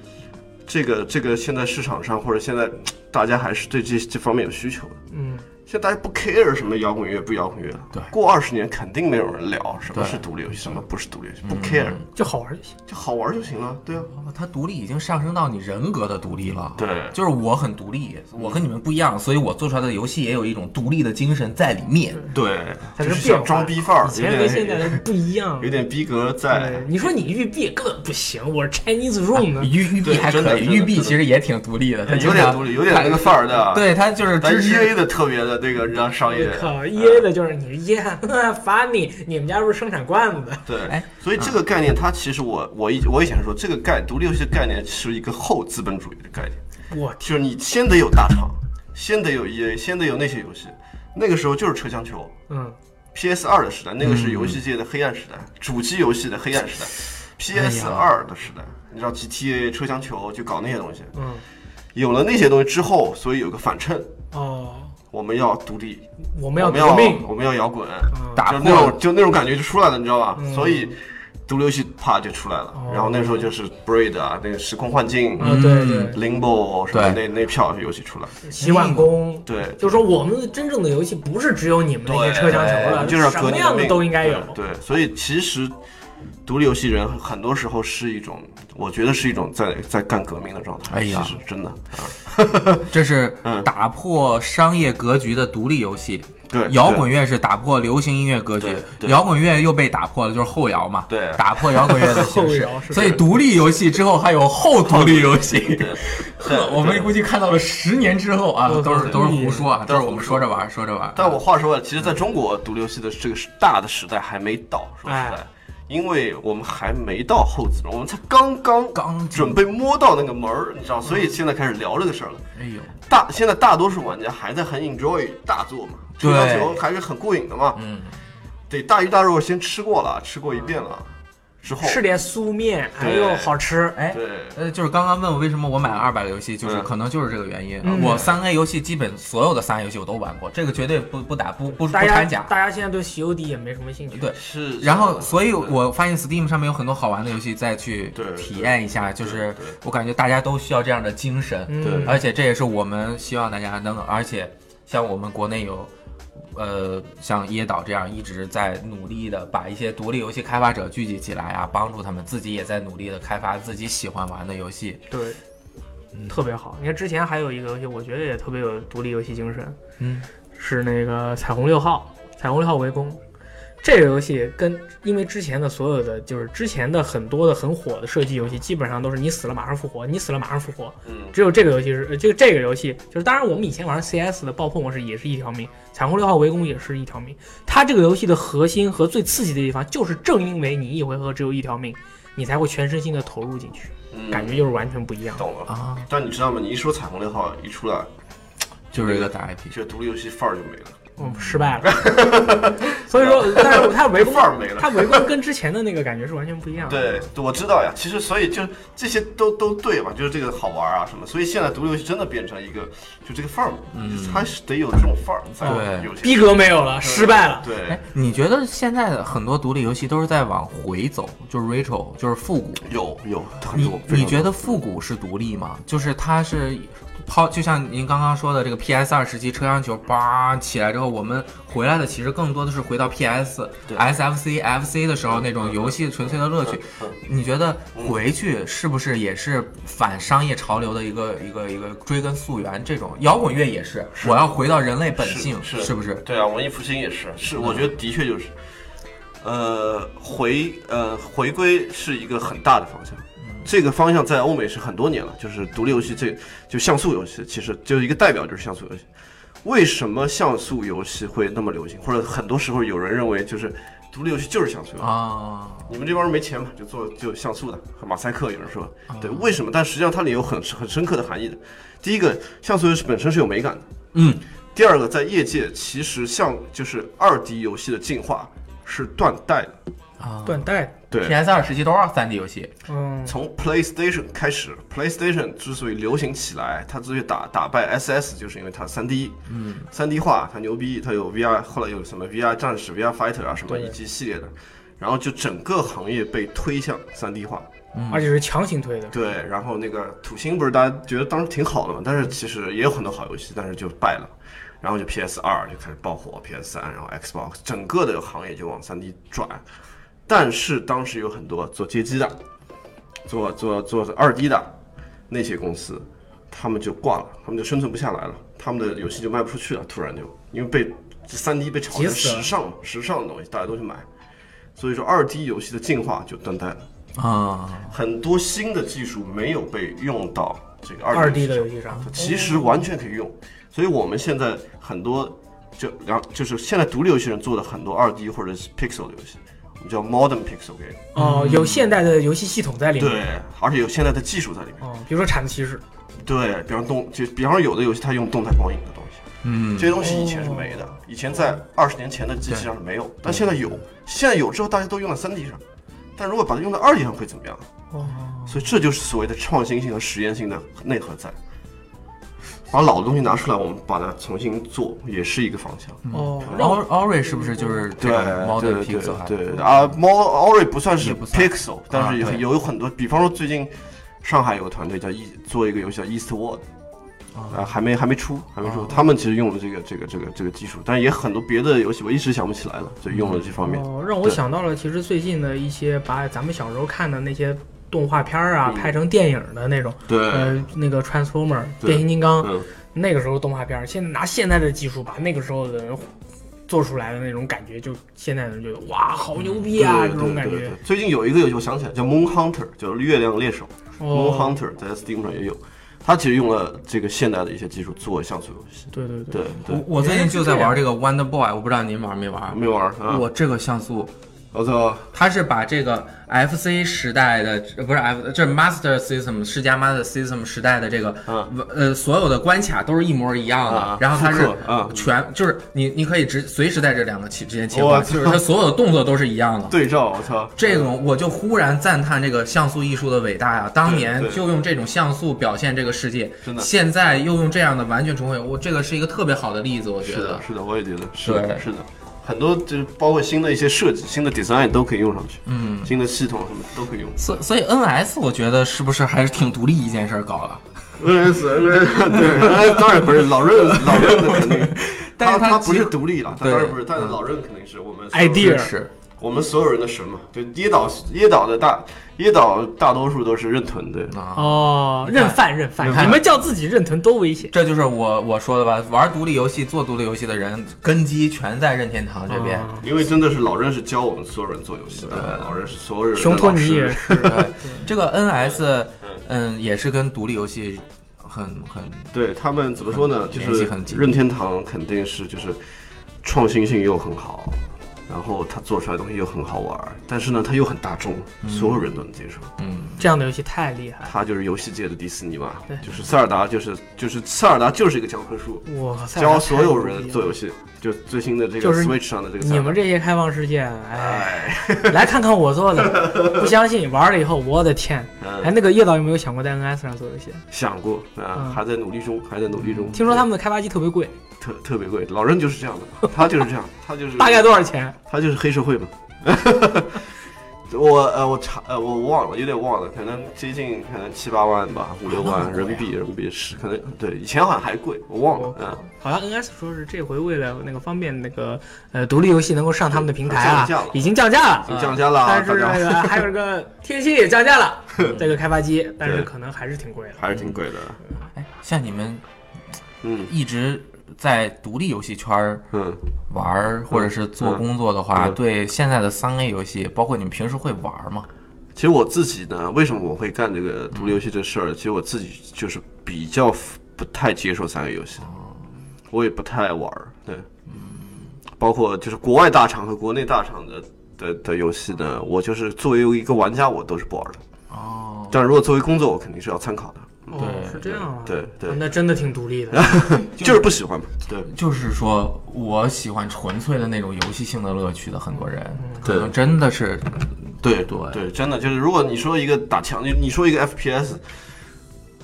S3: 这个这个现在市场上或者现在大家还是对这这方面有需求的。
S1: 嗯，
S3: 现在大家不 care 什么摇滚乐不摇滚乐了，
S2: 对
S3: 过二十年肯定没有人聊什么
S2: 对
S3: 是嗯独立游戏，什么不是独立游戏，不 care，、
S1: 就好玩就行。
S3: 就好玩就行了，对啊，
S2: 它独立已经上升到你人格的独立了。
S3: 对
S2: 就是我很独立，我跟你们不一样，所以我做出来的游戏也有一种独立的精神在里面。
S3: 对，
S1: 它
S3: 就是
S1: 是变
S3: 像
S1: 化
S3: 装逼范儿，
S1: 以
S3: 有
S1: 前跟现在
S3: 点
S1: 的不一样
S3: 有。点逼格在
S1: 对，，你说你育碧根本不行，我是 Chinese Room 呢。
S2: 育育碧
S3: 对
S2: 还
S3: 真的
S2: 可以，
S3: 真的
S2: 育碧其实也挺独立的，它经
S3: 有点
S2: 常
S3: 独立，有点那个范儿的，，
S2: 对它就是
S3: 但
S2: 支
S3: EA
S2: 持。
S3: 的特别的那个让商业
S1: 我，靠，EA 的就是你 是 EA，罚你，你们家是不是生产罐子？
S3: 对
S2: 哎，
S3: 所以这个概念它其实我我以我以前说这个概独立游戏的概念是一个后资本主义的概念。
S1: 我
S3: 就是你先得有大厂，先得有 EA，先得有那些游戏。那个时候就是车厢球
S1: 嗯，
S3: ，PS 二的时代，那个是游戏界的黑暗时代，主机游戏的黑暗时代，PS 二的时代。你知道 GTA 车厢球就搞那些东西，
S1: 嗯，
S3: 有了那些东西之后，所以有个反衬，
S1: 哦，
S3: 我们要独立，
S1: 我
S3: 我
S1: 们
S3: 们
S1: 要
S3: 要
S1: 革命，
S3: 我们要摇滚，
S1: 嗯
S2: 打
S3: 就
S2: 破
S3: 那种就那种感觉就出来了，你知道吧？
S1: 嗯
S3: 所以独立游戏啪就出来了。
S1: 哦
S3: 然后那时候就是 Braid 啊，那个时空幻境、
S1: 啊，对对，
S3: Limbo 什么
S2: 嗯对
S3: 那那票游戏出来，
S1: 洗碗工，
S3: 对，
S1: 就说我们真正的游戏不是只有你们那些车厢球了，
S3: 就是要
S1: 什
S3: 革
S1: 么
S3: 你
S1: 样
S3: 命
S1: 的都应该有。
S3: 对，对所以其实独立游戏人很多时候是一种，我觉得是一种在在干革命的状态。
S2: 哎呀
S3: 其实真的，啊
S2: 这是
S3: 嗯
S2: 打破商业格局的独立游戏。
S3: 对
S2: 摇滚乐是打破流行音乐格局
S3: 对，对
S2: 摇滚乐又被打破了，就是后摇嘛。
S3: 对
S2: 打破摇滚乐的形 式
S1: 后摇。是
S2: 所以独立游戏之后还有后独立游戏。
S3: 对
S2: 呵，我们估计看到了十年之后啊，
S1: 我
S2: 都是
S1: 靠
S2: 都是胡说啊，都
S3: 都是
S2: 是我们说着玩儿说着玩儿。
S3: 嗯但我话说回来，其实在中国独立游戏的这个时大的时代还没到，说实在
S1: 哎，
S3: 因为我们还没到后资本，我们才刚刚
S2: 刚
S3: 准备摸到那个门儿，你知道，所以现在开始聊这个事儿了。
S2: 哎呦，
S3: 大现在大多数玩家还在很 enjoy 大作嘛，
S2: 对
S3: 吹钢球还是很过瘾的嘛。
S2: 嗯，
S3: 对，大鱼大肉先吃过了，吃过一遍了之后，
S1: 吃点酥面，哎
S3: 对
S1: 呦，好吃！
S2: 哎，
S3: 对
S2: 呃，就是刚刚问我为什么我买了二百个游戏，就是
S3: 嗯
S2: 可能就是这个原因。
S1: 嗯
S2: 我三 A 游戏基本所有的三 A 游戏我都玩过，这个绝对不不打不不不
S1: 大家
S2: 掺假。
S1: 大家现在对 COD 也没什么兴趣。
S2: 对，
S3: 是。
S2: 然后，所以我发现 Steam 上面有很多好玩的游戏，再去
S3: 对对
S2: 体验一下。就是
S3: 对对
S2: 我感觉大家都需要这样的精神，
S1: 嗯
S2: 而且这也是我们希望大家能，而且像我们国内有，呃，像椰岛这样一直在努力的把一些独立游戏开发者聚集起来啊，帮助他们自己也在努力的开发自己喜欢玩的游戏。
S1: 对，
S3: 嗯
S1: 特别好。你看之前还有一个游戏，我觉得也特别有独立游戏精神，
S2: 嗯，
S1: 是那个《彩虹六号》《彩虹六号围攻》这个游戏跟因为之前的所有的就是之前的很多的很火的射击游戏，基本上都是你死了马上复活，你死了马上复活。
S3: 嗯，
S1: 只有这个游戏是，呃这个这个游戏就是，当然我们以前玩 CS 的爆破模式也是一条命，彩虹六号围攻也是一条命。它这个游戏的核心和最刺激的地方，就是正因为你一回合只有一条命，你才会全身心的投入进去，
S3: 嗯
S1: 感觉就是完全不一样。
S3: 懂了。
S2: 啊，
S3: 但你知道吗？你一说彩虹六号一出来，
S2: 就是一个大 IP。
S3: 这独立游戏范儿就没了。
S1: 嗯，失败了。所以 说，但是它围攻
S3: 范儿没了
S1: 它围攻跟之前的那个感觉是完全不一
S2: 啊
S1: 样的。
S3: 对，我知道呀。其实，所以就这些都都对嘛，就是这个好玩啊什么。所以现在独立游戏真的变成一个，就这个范儿，嗯，它是得有这种范儿才
S2: 对
S3: 有些
S1: 逼格没有了，失败了。
S3: 对
S2: 哎，，你觉得现在的很多独立游戏都是在往回走，就是 retro，就是复古。
S3: 有有很
S2: 你
S3: 多。非常
S2: 你觉
S3: 多
S2: 得复古是独立吗？就是它是抛，就像您刚刚说的这个 PS 二时期车厢球叭起来之后，我们回来的其实更多的是回到 PS、
S3: 对
S2: SFC、FC 的时候那种游戏纯粹的乐趣。
S3: 嗯
S2: 你觉得回去是不是也是反商业潮流的一个一个一个追根溯源？这种摇滚乐也是，我要回到人类本性，
S3: 是
S2: 不是？
S3: 对啊，文艺复兴也是，是我觉得的确就是，呃，回呃回归是一个很大的方向。这个方向在欧美是很多年了，就是独立游戏这就像素游戏，其实就是一个代表就是像素游戏。为什么像素游戏会那么流行？或者很多时候有人认为就是独立游戏就是像素游戏，
S2: 啊，
S3: 你们这帮人没钱嘛，就做就像素的，马赛克有人说，对，为什么？但实际上它里有很很深刻的含义的。第一个，像素游戏本身是有美感的，
S2: 嗯。
S3: 第二个，在业界其实像就是二 D 游戏的进化是断代的，嗯
S2: 啊
S1: 断代，
S3: 对，
S2: ，PS 二时期都是三 D 游戏，
S1: 嗯，
S3: 从 PlayStation 开始，PlayStation 之所以流行起来，它之所以打打败 SS，就是因为它3 D，嗯，3 D 化，它牛逼，它有 VR，后来有什么 VR 战士、VR Fighter 啊什么
S1: 对
S3: 以及系列的，然后就整个行业被推向3 D 化，
S2: 嗯
S1: 而且是强行推的。
S3: 对，然后那个土星不是大家觉得当时挺好的嘛，但是其实也有很多好游戏，但是就败了。然后就 PS 二就开始爆火，PS 三，然后 Xbox 整个的行业就往三 D 转。但是当时有很多做街机的、做做做二 D 的那些公司，他们就挂了，他们就生存不下来了，他们的游戏就卖不出去了，突然就因为被三 D 被炒
S1: 急
S3: 成
S1: 死了
S3: 时尚嘛时尚的东西，大家都去买，所以说二 D 游戏的进化就断代了。
S2: 啊，
S3: 很多新的技术没有被用到这个
S1: 二
S3: 二
S1: D 的游
S3: 戏
S1: 戏上，
S3: 上，其实完全可以用。所以我们现在很多就然后就是现在独立游戏人做的很多二 D 或者是 pixel 的游戏，我们叫 modern pixel game，
S2: 嗯
S1: 哦，有现代的游戏系统在里面。
S3: 对，而且有现在的技术在里面。
S1: 哦，比如说《铲子骑士》，
S3: 对，比方动就比方说有的游戏它用动态光影的东西，
S2: 嗯
S3: 这些东西以前是没的，以前在二十年前的机器上是没有，但现在有，现在有之后大家都用到三 D 上，但如果把它用到二 D 上会怎么样？
S1: 哦，
S3: 所以这就是所谓的创新性和实验性的内核在。把老的东西拿出来，我们把它重新做，也是一个方向。
S2: 嗯
S1: 哦，让我
S2: ，Ori Ori 是不是就是这
S3: 对
S2: 个猫的
S3: 对
S2: Pixel 啊？
S3: 对对啊，猫 Ori 不算是
S2: 也不算
S3: Pixel，但是
S2: 啊对
S3: 有有很多，比方说最近上海有个团队叫一做一个游戏叫 Eastward，啊，还没还没出，还没
S2: 啊
S3: 出。他们其实用了这个这个这个这个技术，但也很多别的游戏我一时想不起来了，就用了这方面。
S2: 嗯
S1: 哦，让我
S3: 对
S1: 想到了，其实最近的一些把咱们小时候看的那些动画片儿啊，
S3: 嗯
S1: 拍成电影的那种，
S3: 对，
S2: 哦
S3: 嗯
S1: 呃，那个 Transformer
S3: 对
S1: 变形金
S2: 哎
S1: 刚，
S3: 嗯，
S1: 那个时候动画片儿，现在拿现在的技术把那个时候的人做出来的那种感觉，就现在的人觉得哇，好牛逼啊，
S3: 嗯对
S1: 这
S3: 对
S1: 种
S3: 对
S1: 感
S3: 对
S1: 觉
S3: 对。最近有一个游戏我想起来叫 Moon Hunter，就是月亮猎手。Moon
S1: 哦，
S3: Hunter 在 Steam 上也有，它其实用了这个现代的一些技术做像素游戏。
S1: 对对对，
S3: 对
S2: 我
S3: 对，
S2: 我最近就在
S1: 原来
S2: 玩这个 Wonder Boy，我不知道您玩没玩。
S3: 没玩儿啊，
S2: 我这个像素，
S3: 我操，
S2: 它是把这个 FC 时代的呃不是 F 这 Master System 世嘉 Master System 时代的这个、
S3: 嗯
S2: 呃所有的关卡都是一模一样的，
S3: 啊
S2: 然后它是
S3: 复刻啊
S2: 全、就是你你可以直随时在这两个起之间切
S3: 我
S2: 换，
S3: 操
S2: 就是它所有的动作都是一样的。
S3: 对照，我操，
S2: 这种我就忽然赞叹这个像素艺术的伟大呀！当年
S3: 对对
S2: 就用这种像素表现这个世界
S3: 真，的
S2: 现在又用这样的完全重绘，我这个是一个特别好的例子，我觉
S3: 是
S2: 得
S3: 的，。是的，我也觉得是的，
S2: 对
S3: 是的，很多就是包括新的一些设计、新的 design 都可以用上去，
S2: 嗯，
S3: 新的系统什么都可以用。
S2: 所所以 NS 我觉得是不是还是挺独立一件事儿搞的？
S3: NS NS 对，当然不是老任老任 的肯定，
S2: 但是
S3: 他
S2: 它
S3: 他不
S2: 其
S3: 是
S2: 实
S3: 独立了，他
S2: 对嗯哎
S3: 当然不是，但是老任肯定是我们
S1: idea
S2: 确
S1: 是
S2: 实，
S3: 我们所有人的神嘛，对，椰岛椰岛的大椰岛大多数都是认屯对。
S2: 啊，
S1: 哦，认犯认犯，
S2: 认犯
S1: 你们叫自己认屯多危险。
S2: 这就是我我说的吧。玩独立游戏、做独立游戏的人，根基全在任天堂这边。
S1: 哦
S3: 因为真的是老任是教我们所有人做游戏的，老任是所有人的
S1: 熊托
S3: 老
S1: 尼
S3: 师
S1: 也是，
S2: 对，这个 NS，嗯，也是跟独立游戏很很
S3: 对他们怎么说呢？就
S2: 联系
S3: 是
S2: 很紧
S3: 任天堂肯定是就是创新性又很好，然后他做出来的东西又很好玩儿，但是呢，他又很大众，
S1: 嗯
S3: 所有人都能接受。
S2: 嗯
S1: 这样的游戏太厉害了。
S3: 他就是游戏界的迪士尼嘛
S1: 对，
S3: 就是塞尔达，就是就是塞尔达就是一个教科书，
S1: 哇塞！
S3: 教所有人做游戏。就最新的这
S1: 就
S3: 个
S1: 是
S3: Switch 上的这个塞
S1: 你
S3: 尔达
S1: 们这些开放世界，哎，来看看我做 的，不相信玩了以后，我的天！哎，
S3: 嗯，
S1: 那个叶导有没有想过在 NS 上做游戏？
S3: 想过啊
S1: 嗯，
S3: 还在努力中，还在努力中。
S1: 听说他们的开发机特别贵，
S3: 特特别贵，老任就是这样的，他就是这样，他就是
S1: 大概多少钱？
S3: 他就是黑社会嘛。 我呃我查呃我忘了，有点忘了，可能接近可能七八万吧，五六万人民币，人民币是可能对，以前好像还贵，我忘了，嗯，
S1: 好像 NS 说是这回为了那个方便那个呃独立游戏能够上他们的平台
S3: 降价
S1: 啊
S3: 了，
S1: 已经降价了
S3: 已。经降价了啊，
S1: 但是
S3: 大
S1: 那
S3: 家
S1: 个 还有一个天气也降价了，这个开发机，但是
S3: 对
S1: 可能还是挺贵的。
S3: 还是挺贵的，
S2: 哎，像你们
S3: 嗯
S2: 一直在独立游戏圈儿
S3: 嗯，
S2: 玩儿或者是做工作的话，
S3: 嗯嗯
S2: 对现在的三 A 游戏，包括你们平时会玩儿吗？
S3: 其实我自己呢，为什么我会干这个独立游戏这事儿？其实我自己就是比较不太接受三 A 游戏，我也不太爱玩儿。对，包括就是国外大厂和国内大厂的的的游戏呢，我就是作为一个玩家，我都是不玩的。
S2: 哦，
S3: 但如果作为工作，我肯定是要参考的。
S1: 哦，是这样啊。
S3: 对对
S1: 啊那真的挺独立的。
S3: 就是不喜欢嘛。对
S2: 就是说我喜欢纯粹的那种游戏性的乐趣的很多人，可
S3: 嗯对
S2: 能真的是
S3: 对
S2: 对
S3: 对，真的就是，如果你说一个打枪，你你说一个 FPS。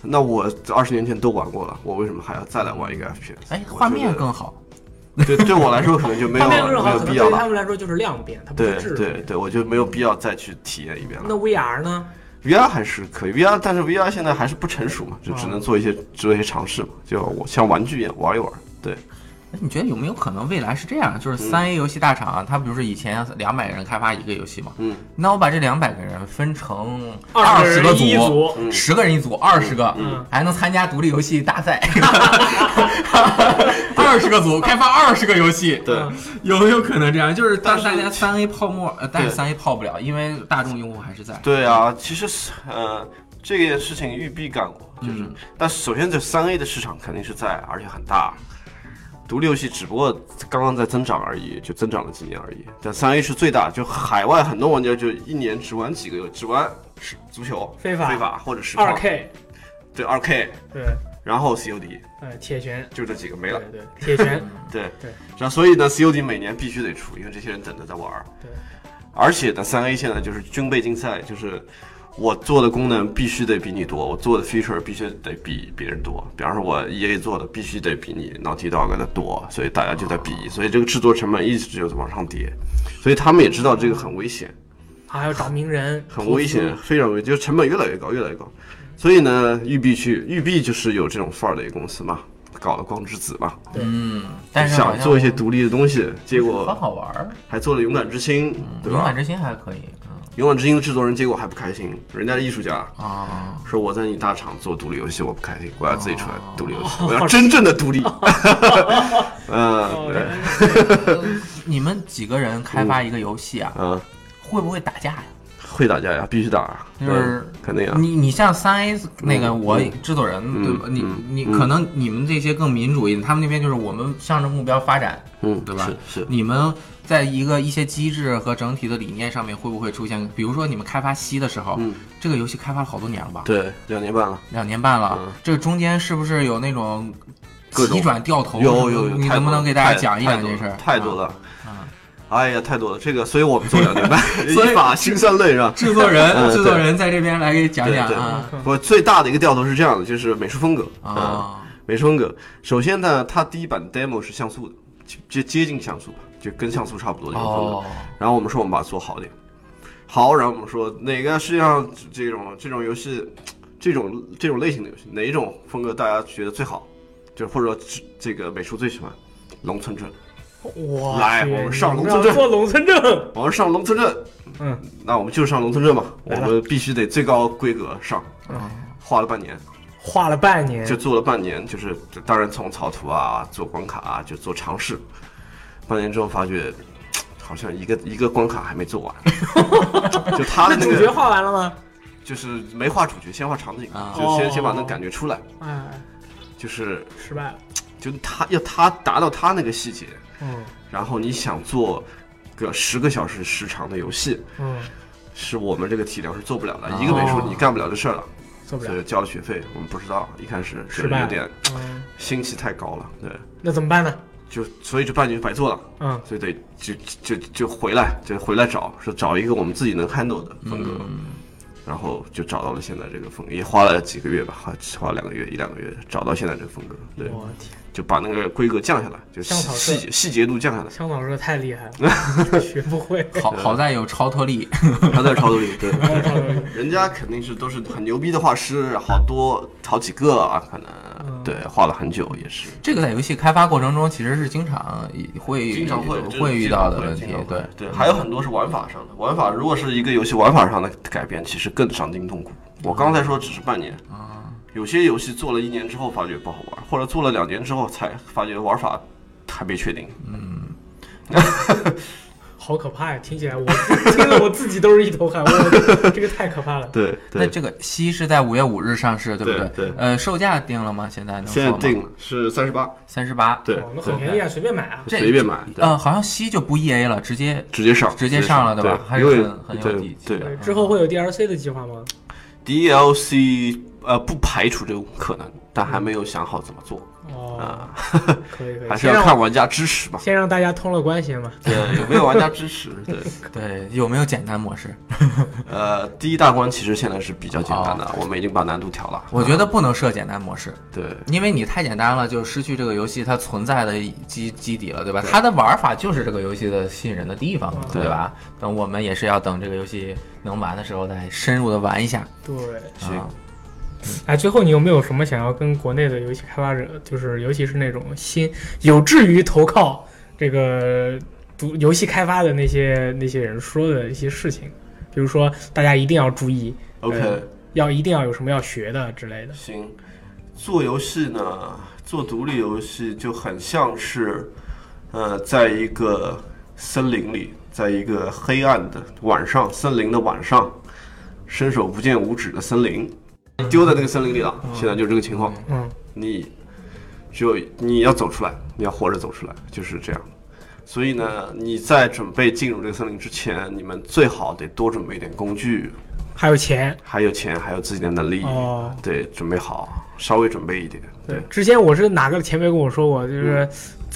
S3: 那我二十年前都玩过了，我为什么还要再来玩一个 FPS？
S2: 哎，
S3: 我
S2: 画
S3: 觉
S2: 面
S3: 得
S2: 更好。
S3: 对对我来说可能就 没有
S1: 画
S3: 没
S1: 面更好，可
S3: 有
S1: 能对
S3: 必要
S1: 于
S3: 了
S1: 他。们来说就是量变，它不
S3: 对
S1: 是质
S3: 对
S1: 变。
S3: 对，我就没有必要再去体验一遍
S1: 那
S3: 了。
S1: VR 呢？
S3: VR 还是可以，VR 但是 VR 现在还是不成熟嘛，就
S1: 啊
S3: 只能做一些做一些尝试嘛，就我像玩具一样玩一玩。对，
S2: 那哎你觉得有没有可能未来是这样？就是
S3: 嗯
S2: 三 A 游戏大厂，啊它比如说以前两百人开发一个游戏嘛，
S3: 嗯，
S2: 那我把这两百个人分成
S1: 二
S2: 十
S1: 十
S2: 个
S1: 一组，
S3: 嗯
S2: 十个人一组，二十个，
S1: 嗯
S2: 还能参加独立游戏大 赛，二十个组开发二十个游戏，
S3: 对，
S1: 嗯
S2: 有没有可能这样？就是
S3: 但
S2: 大
S3: 是
S2: 大家三 A 泡沫，呃，但是
S3: 对
S2: 三 A 泡不了，因为大众用户还是在。
S3: 对啊，其实是呃，这件事情育碧干过，就是，
S2: 嗯
S3: 但首先这三 A 的市场肯定是在，而且很大。独立游戏只不过刚刚在增长而已，就增长了几年而已。但三 A 是最大，就海外很多玩家就一年只玩几个游，只玩足球、
S1: 非法
S3: 非法或者实况
S1: 二 K，
S3: 对二 K，
S1: 对，
S3: 然后 COD
S1: 呃，铁拳，
S3: 就这几个没
S1: 对
S3: 了。
S1: 对，铁拳，
S3: 对
S1: 对，
S3: 然后所以呢，COD 每年必须得出，因为这些人等着在玩儿。
S1: 对，
S3: 而且呢，三 A 现在就是军备竞赛，就是我做的功能必须得比你多，我做的 feature 必须得比别人多。比方说，我 EA 做的必须得比你 Naughty Dog 的多，所以大家就在比，所以这个制作成本一直就往上叠，所以他们也知道这个很危险。
S1: 还要找名人，
S3: 很危险，非常危险，就是成本越来越高，越来越高。所以呢，育碧去，育碧就是有这种范儿的一个公司嘛，搞了光之子嘛，
S2: 嗯，但是好
S3: 想
S2: 像
S3: 做一些独立的东西，结
S2: 很
S3: 果
S2: 好嗯玩儿，
S3: 还做了勇敢之心，对
S2: 勇敢
S3: 吧？
S2: 之心还可以，嗯
S3: 勇敢之心的制作人结果还不开心，人家是艺术家。
S2: 啊，
S3: 说我在你大厂做独立游戏，我不开心，我要自己出来
S2: 哦
S3: 独立游 戏，我要真正的独立。 嗯，对，
S2: 你们几个人开发一个游戏啊，
S3: 嗯，
S2: 会不会打架呀？
S3: 会打架呀，必须打，
S2: 就是
S3: 嗯肯定啊。
S2: 你你像三 A 那个我制作人对吧？
S3: 嗯
S2: 你
S3: 嗯
S2: 你
S3: 嗯
S2: 可能你们这些更民主一点，他们那边就是我们向着目标发展，
S3: 嗯，
S2: 对吧
S3: 是是，
S2: 你们在一个一些机制和整体的理念上面会不会出现？比如说你们开发西的时候，
S3: 嗯
S2: 这个游戏开发了好多年了吧？
S3: 对，两年半了。
S2: 两年半了，
S3: 嗯
S2: 这个中间是不是有那种呃
S3: 各种
S2: 急转掉头？
S3: 有有有，
S2: 哦你
S3: 太
S2: 能不
S3: 多
S2: 能
S3: 了
S2: 给大家
S3: 太
S2: 讲一讲
S3: 太多
S2: 这
S3: 了
S2: 事儿？
S3: 太多
S2: 啊。
S3: 了
S2: 啊。
S3: 哎呀，太多了，这个，所以我们做两年半，
S2: 所 以
S3: 以法辛酸泪 是吧？
S2: 制作 人，
S3: 嗯
S2: 制作人在这边来给讲
S3: 对
S2: 讲
S3: 对
S2: 啊
S3: 我最大的一个掉头是这样的，就是美术风格嗯
S2: 啊，
S3: 美术风格，首先呢，它第一版 demo 是像素的，接接近像素吧，就跟像素差不多这个风格。
S2: 哦，
S3: 然后我们说我们把它做好点，好，然后我们说哪个世界上这种这种游戏，这种这种类型的游戏，哪一种风格大家觉得最好，就是或者说这个美术最喜欢，农村镇，
S1: 哦哇，
S3: 来
S1: 去
S3: 我们上
S1: 你
S3: 龙村
S1: 要
S3: 镇
S1: 做农村证，
S3: 我们上农村镇，
S1: 嗯，
S3: 那我们就上农村镇吧，我
S1: 来吧嗯
S3: 们必须得最高规格上。花了半年，
S1: 花了半年，
S3: 就做了半年，就是当然从草图啊，做关卡啊，就做尝试。半年之后发觉，好像一个一个关卡还 没做完，就他
S1: 那
S3: 的啊那
S1: 主角
S3: 个
S1: 画完了吗？
S3: 就是没画主角，先画场景，
S2: 啊
S3: 就
S1: 哦
S3: 先先把那感觉出来，
S1: 哎，
S3: 就是
S1: 失败了，
S3: 就他要他达到他那个细节，
S1: 嗯
S3: 然后你想做个十个小时时长的游戏，
S1: 嗯，
S3: 是我们这个体量是做不了的，
S2: 哦
S3: 一个美术你干不了这事儿了。
S1: 做不
S3: 所
S1: 了，
S3: 以交了学费，我们不知道，一开始
S1: 失
S3: 觉得
S1: 败
S3: 有
S1: 了
S3: 点
S1: 嗯，
S3: 心气太高了，对，
S1: 那怎么办呢？
S3: 就所以这半年就白做了，
S1: 嗯，
S3: 所以得就就就就回来，就回来找，说找一个我们自己能 handle 的风格，然后就找到了现在这个风格，也花了几个月吧，花花了两个月一两个月找到现在这个风格，对，
S1: 我天，
S3: 就把那个规格降下来，就
S1: 香草
S3: 细
S1: 色
S3: 细节细节度降下来，
S1: 香草社太厉害了，学不会，
S2: 好好在有超特力，
S3: 他在超度里，对。
S1: 香草社
S3: 人家肯定是都是很牛逼的画师，好多好几个啊，可能
S1: 嗯
S3: 对画了很久也是。
S2: 这个在游戏开发过程中其实是经常会
S3: 经常会
S2: 会遇到的问题
S3: 经常，会
S2: 对。
S3: 对，还有很多是玩法上的。玩法如果是一个游戏玩法上的改变，其实更伤筋动骨。我刚才说只是半年啊，有些游戏做了一年之后发觉不好玩，或者做了两年之后才发觉玩法还没确定。
S2: 嗯
S1: 好可怕呀！听起来我听得我自己都是一头汗，我这个太可怕了。
S3: 对
S2: 那，这个西是在五月五日上市，对不
S3: 对对
S2: 呃，售价定了吗？现在能
S3: 现在
S2: 说吗？
S3: 定了是三十八，
S2: 三十八。
S3: 对
S1: 哦，那很便宜啊，随便买啊。
S2: 这
S3: 随便买，对
S2: 呃，好像西就不 E A 了，直接
S3: 直接上，
S2: 直接上了对吧还是
S3: 因为
S2: 很很有底
S3: 对
S2: 气
S3: 对
S2: 的
S1: 对，之后会有 DLC 的计划吗？
S3: DLC 呃不排除这种可能，但还没有想好怎么做
S1: 哦，
S3: 啊，
S1: 可以可以，
S3: 还是
S1: 先
S3: 要
S1: 让
S3: 看玩家支持吧。
S1: 先让大家通了关系嘛。
S3: 对， 有没有玩家支持？对，
S2: 对，有没有简单模式？
S3: 呃，第一大关其实现在是比较简单的，我们已经把难度调了。
S2: 我觉啊得不能设简单模式，
S3: 对，
S2: 因为你太简单了，就失去这个游戏它存在的基基底了，对吧？它的玩法就是这个游戏的吸引人的地方，
S1: 嗯
S2: 对吧？等我们也是要等这个游戏能玩的时候再深入的玩一下
S1: 对，
S3: 行
S2: 啊。
S1: 哎，最后你有没有什么想要跟国内的游戏开发者，就是尤其是那种新有志于投靠这个独游戏开发的那些那些人说的一些事情？比如说，大家一定要注意，
S3: OK，
S1: 要一定要有什么要学的之类的。
S3: 行。做游戏呢，做独立游戏就很像是，呃，在一个森林里，在一个黑暗的晚上，森林的晚上，伸手不见五指的森林，丢在那个森林里了。现在就是这个情况。
S1: 嗯，
S3: 你只有你要走出来，你要活着走出来，就是这样。所以呢，你在准备进入这个森林之前，你们最好得多准备一点工具，
S1: 还有钱。
S3: 还有钱，还有自己的能力，
S1: 哦
S3: 对，准备好，稍微准备一点，对，
S1: 之前我是哪个前辈跟我说过，就是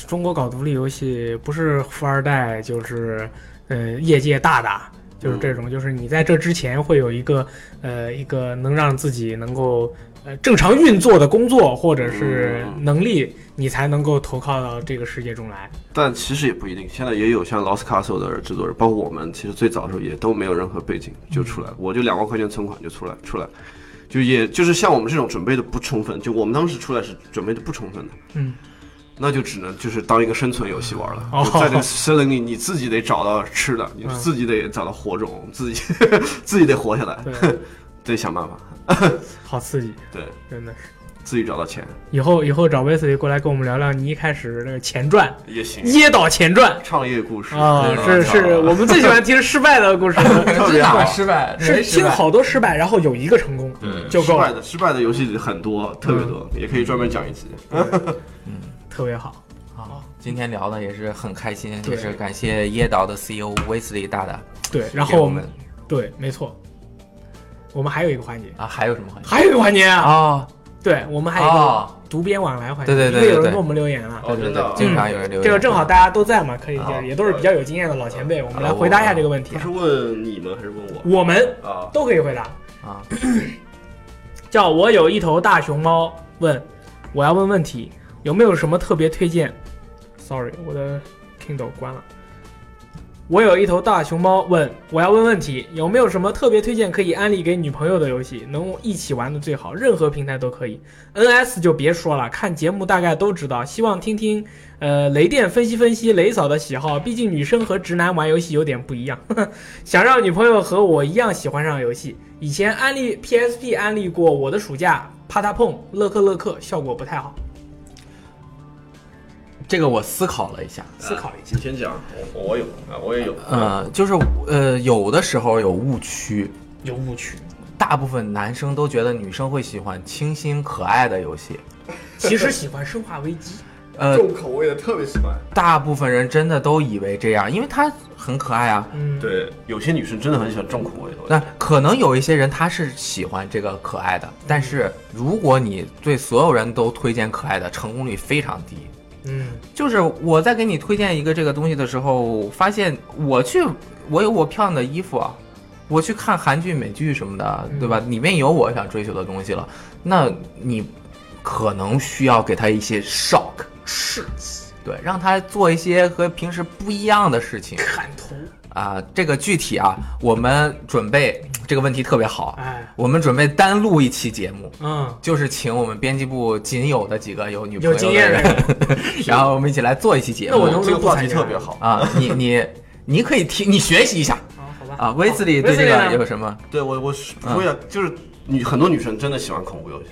S1: 中国搞独立游戏不是富二代就是呃业界大大，就是这种，就是你在这之前会有一个呃一个能让自己能够呃正常运作的工作或者是能力，你才能够投靠到这个世界中来。
S3: 但其实也不一定，现在也有像 Lost Castle 的制作人，包括我们，其实最早的时候也都没有任何背景就出来，
S1: 嗯
S3: 我就两万块钱存款就出来出来，就也就是像我们这种准备的不充分，就我们当时出来是准备的不充分的，
S1: 嗯，
S3: 那就只能就是当一个生存游戏玩了。
S1: 哦
S3: 就在这个森林里，你自己得找到吃的，你
S1: 嗯
S3: 自己得找到火种，自己 自己得活下来，
S1: 对，
S3: 得想办法，
S1: 好刺激，
S3: 对
S1: 真的是。
S3: 自己找到钱
S1: 以后以后找 Wesley 过来跟我们聊聊你一开始那个前传
S3: 也行
S1: 《椰岛前传》。
S3: 创业故事
S1: 啊、
S3: 对
S1: 是是，我们最喜欢听失败的故事了。
S2: 这哪失败？
S1: 是
S2: 谁失
S1: 听
S2: 败
S1: 好多失败，然后有一个成功，
S2: 对
S1: 就
S3: 嗯失
S1: 够
S3: 败
S1: 了，嗯
S3: 的失败的游戏很多，特别多，也可以专门讲一集。
S1: 特别好。
S2: 好，啊今天聊的也是很开心，
S1: 对
S2: 也是感谢椰岛的 E CEO Wesley 大大
S1: 对，然
S2: 给
S1: 后
S2: 我
S1: 我
S2: 们
S1: 对，没错，我们还有一个环节，
S2: 啊，还有什么环节？
S1: 还有一个环节啊，
S2: 哦，
S1: 对我们还有一个
S2: 哦，
S1: 读编往来环节，
S2: 对对对
S1: 因为有
S2: 对
S1: 人
S2: 对
S1: 给我们留言了。
S3: 哦，真的啊，
S2: 经常有人留言，
S1: 这个正好大家都在嘛，可以就
S2: 哦
S1: 是也都是比较有经验的老前辈，我们来
S2: 哦
S1: 回答一下这个问题
S3: 他
S1: 啊
S3: 是。问你们还是问我？
S1: 我们
S3: 啊，
S1: 都可以回答。
S2: 啊，
S1: 叫我有一头大熊猫问，我要问问题，有没有什么特别推荐？Sorry，我的 Kindle 关了。我有一头大熊猫问，我要问问题，有没有什么特别推荐可以安利给女朋友的游戏，能一起玩的最好，任何平台都可以。NS 就别说了，看节目大概都知道。希望听听，呃，雷电分析分析雷嫂的喜好，毕竟女生和直男玩游戏有点不一样。想让女朋友和我一样喜欢上游戏。以前安利 PSP 安利过我的暑假，啪嗒碰、乐克乐克，效果不太好。
S2: 这个我思考了一下，
S1: 思考一下，
S3: 你先讲，我我有啊，我也有。
S2: 呃，就是呃，有的时候有误区，
S1: 有误区。
S2: 大部分男生都觉得女生会喜欢清新可爱的游戏，
S1: 其实喜欢《生化危机
S2: 呃，
S3: 重口味的特别喜欢。
S2: 大部分人真的都以为这样，因为它很可爱啊》。。
S1: 嗯，，
S3: 对，有些女生真的很喜欢重口味的东西。
S2: 那可能有一些人他是喜欢这个可爱的，但是如果你对所有人都推荐可爱的，成功率非常低。
S1: 嗯，
S2: 就是我在给你推荐一个这个东西的时候，发现我去，我有我漂亮的衣服啊，我去看韩剧、美剧什么的，对吧？里面有我想追求的东西了，那你可能需要给他一些 shock，
S1: 是
S2: 对，让他做一些和平时不一样的事情
S1: 砍头。
S2: 啊。这个具体啊，我们准备这个问题特别好，啊
S1: 哎，
S2: 我们准备单录一期节目。
S1: 嗯，
S2: 就是请我们编辑部仅有的几个有女朋
S1: 有
S2: 友
S1: 经
S2: 的
S1: 验的
S2: 人，
S1: 人，
S2: 然后我们一起来做一期节目。
S1: 那我能不
S3: 这
S1: 能
S3: 个
S1: 不
S3: 话
S1: 参
S3: 题
S1: 加
S3: 特别好。
S2: 啊，你你你可以听，你学习一下
S1: 好好吧。
S2: 啊。威斯利
S1: 好
S2: 对这
S1: 威斯利
S2: 个
S1: 呢
S2: 有什么？
S3: 对我，我是说一下，就是女很多女生真的喜欢恐怖游戏。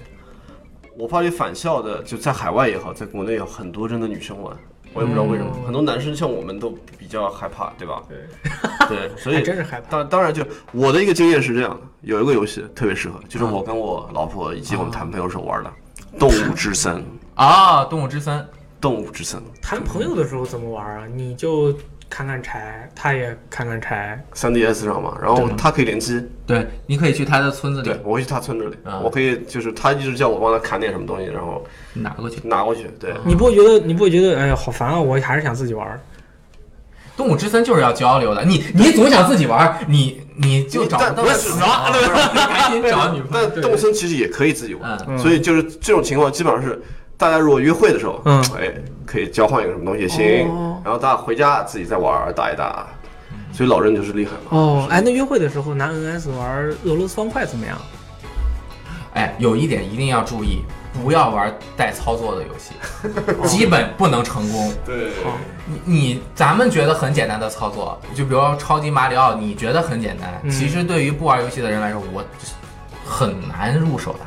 S3: 我发觉返校的，就在海外也好，在国内也好，很多真的女生玩，我也不知道为什么，
S1: 嗯
S3: 很多男生像我们都比较害怕，对吧？
S1: 对，
S3: 对，所
S1: 还哎
S3: 以
S1: 真是害怕。
S3: 当当然就我的一个经验是这样的，有一个游戏特别适合，就是我跟我老婆以及我们谈朋友时候玩的《动物之森》。
S2: 啊，动物之森
S3: 动物之森，
S1: 谈朋友的时候怎么玩啊？你就砍砍柴，他也砍砍柴，
S3: 3DS 上嘛，然后
S2: 对
S3: 他可以联机，
S2: 对，你可以去他的村子里
S3: 对嗯我会去他村子里
S2: 啊，
S3: 我可以就是他一直叫我帮他砍点什么东西，然后
S2: 拿过去。
S3: 拿过去，对，
S2: 嗯
S1: 你不会觉得你不会觉得哎呀好烦啊？我还是想自己玩儿。
S2: 动物之森就是要交流的，你你总想自己玩儿，你你就找
S3: 但
S2: 我
S3: 但是
S2: 死了， 对吧？你赶紧找女朋友。
S3: 但动森其实也可以自己玩，
S2: 嗯
S1: 嗯
S3: 所以就是这种情况，基本上是大家如果约会的时候，
S1: 嗯
S3: 哎，可以交换一个什么东西也行，然后大家回家自己再玩儿打一打，所以老任就是厉害嘛。
S1: 哦，哎，那约会的时候拿 NS 玩俄罗斯方块怎么样？
S2: 哎，有一点一定要注意，不要玩带操作的游 戏，基本不能成功。
S3: 对，
S1: 哦
S2: 你你咱们觉得很简单的操作，就比如说超级马里奥，你觉得很简单，
S1: 嗯
S2: 其实对于不玩游戏的人来说，我很难入手的。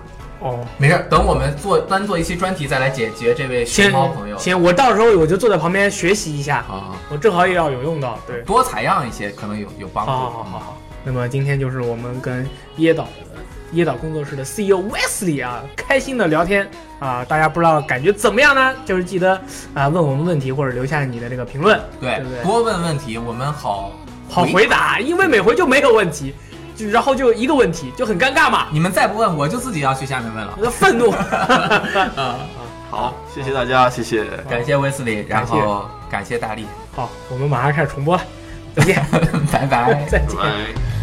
S1: 哦，
S2: 没事儿，等我们做单做一期专题再来解决这位熊
S1: 先
S2: 猫朋友。
S1: 先，我到时候我就坐在旁边学习一下，
S2: 好好好
S1: 我正好也要有用到。对，
S2: 多采样一些，可能有有帮助。嗯
S1: 好好好好好。那么今天就是我们跟椰岛椰岛工作室的 CEO Wesley 啊，开心的聊天啊，大家不知道感觉怎么样呢？就是记得啊问我们问题或者留下你的这个评论，
S2: 对
S1: 对不对
S2: 多问问题，我们好
S1: 好回。答，因为每回就没有问题，就然后就一个问题，就很尴尬嘛，
S2: 你们再不问，我就自己要去下面问了
S1: 我。的愤怒。
S2: 啊，
S3: 好，谢谢大家，谢谢。
S2: 感谢威斯利，然
S1: 感谢
S2: 后感谢大力，
S1: 好，我们马上开始重播了，再见，
S2: 拜拜。
S1: 再
S3: 拜
S1: 见。
S3: 拜。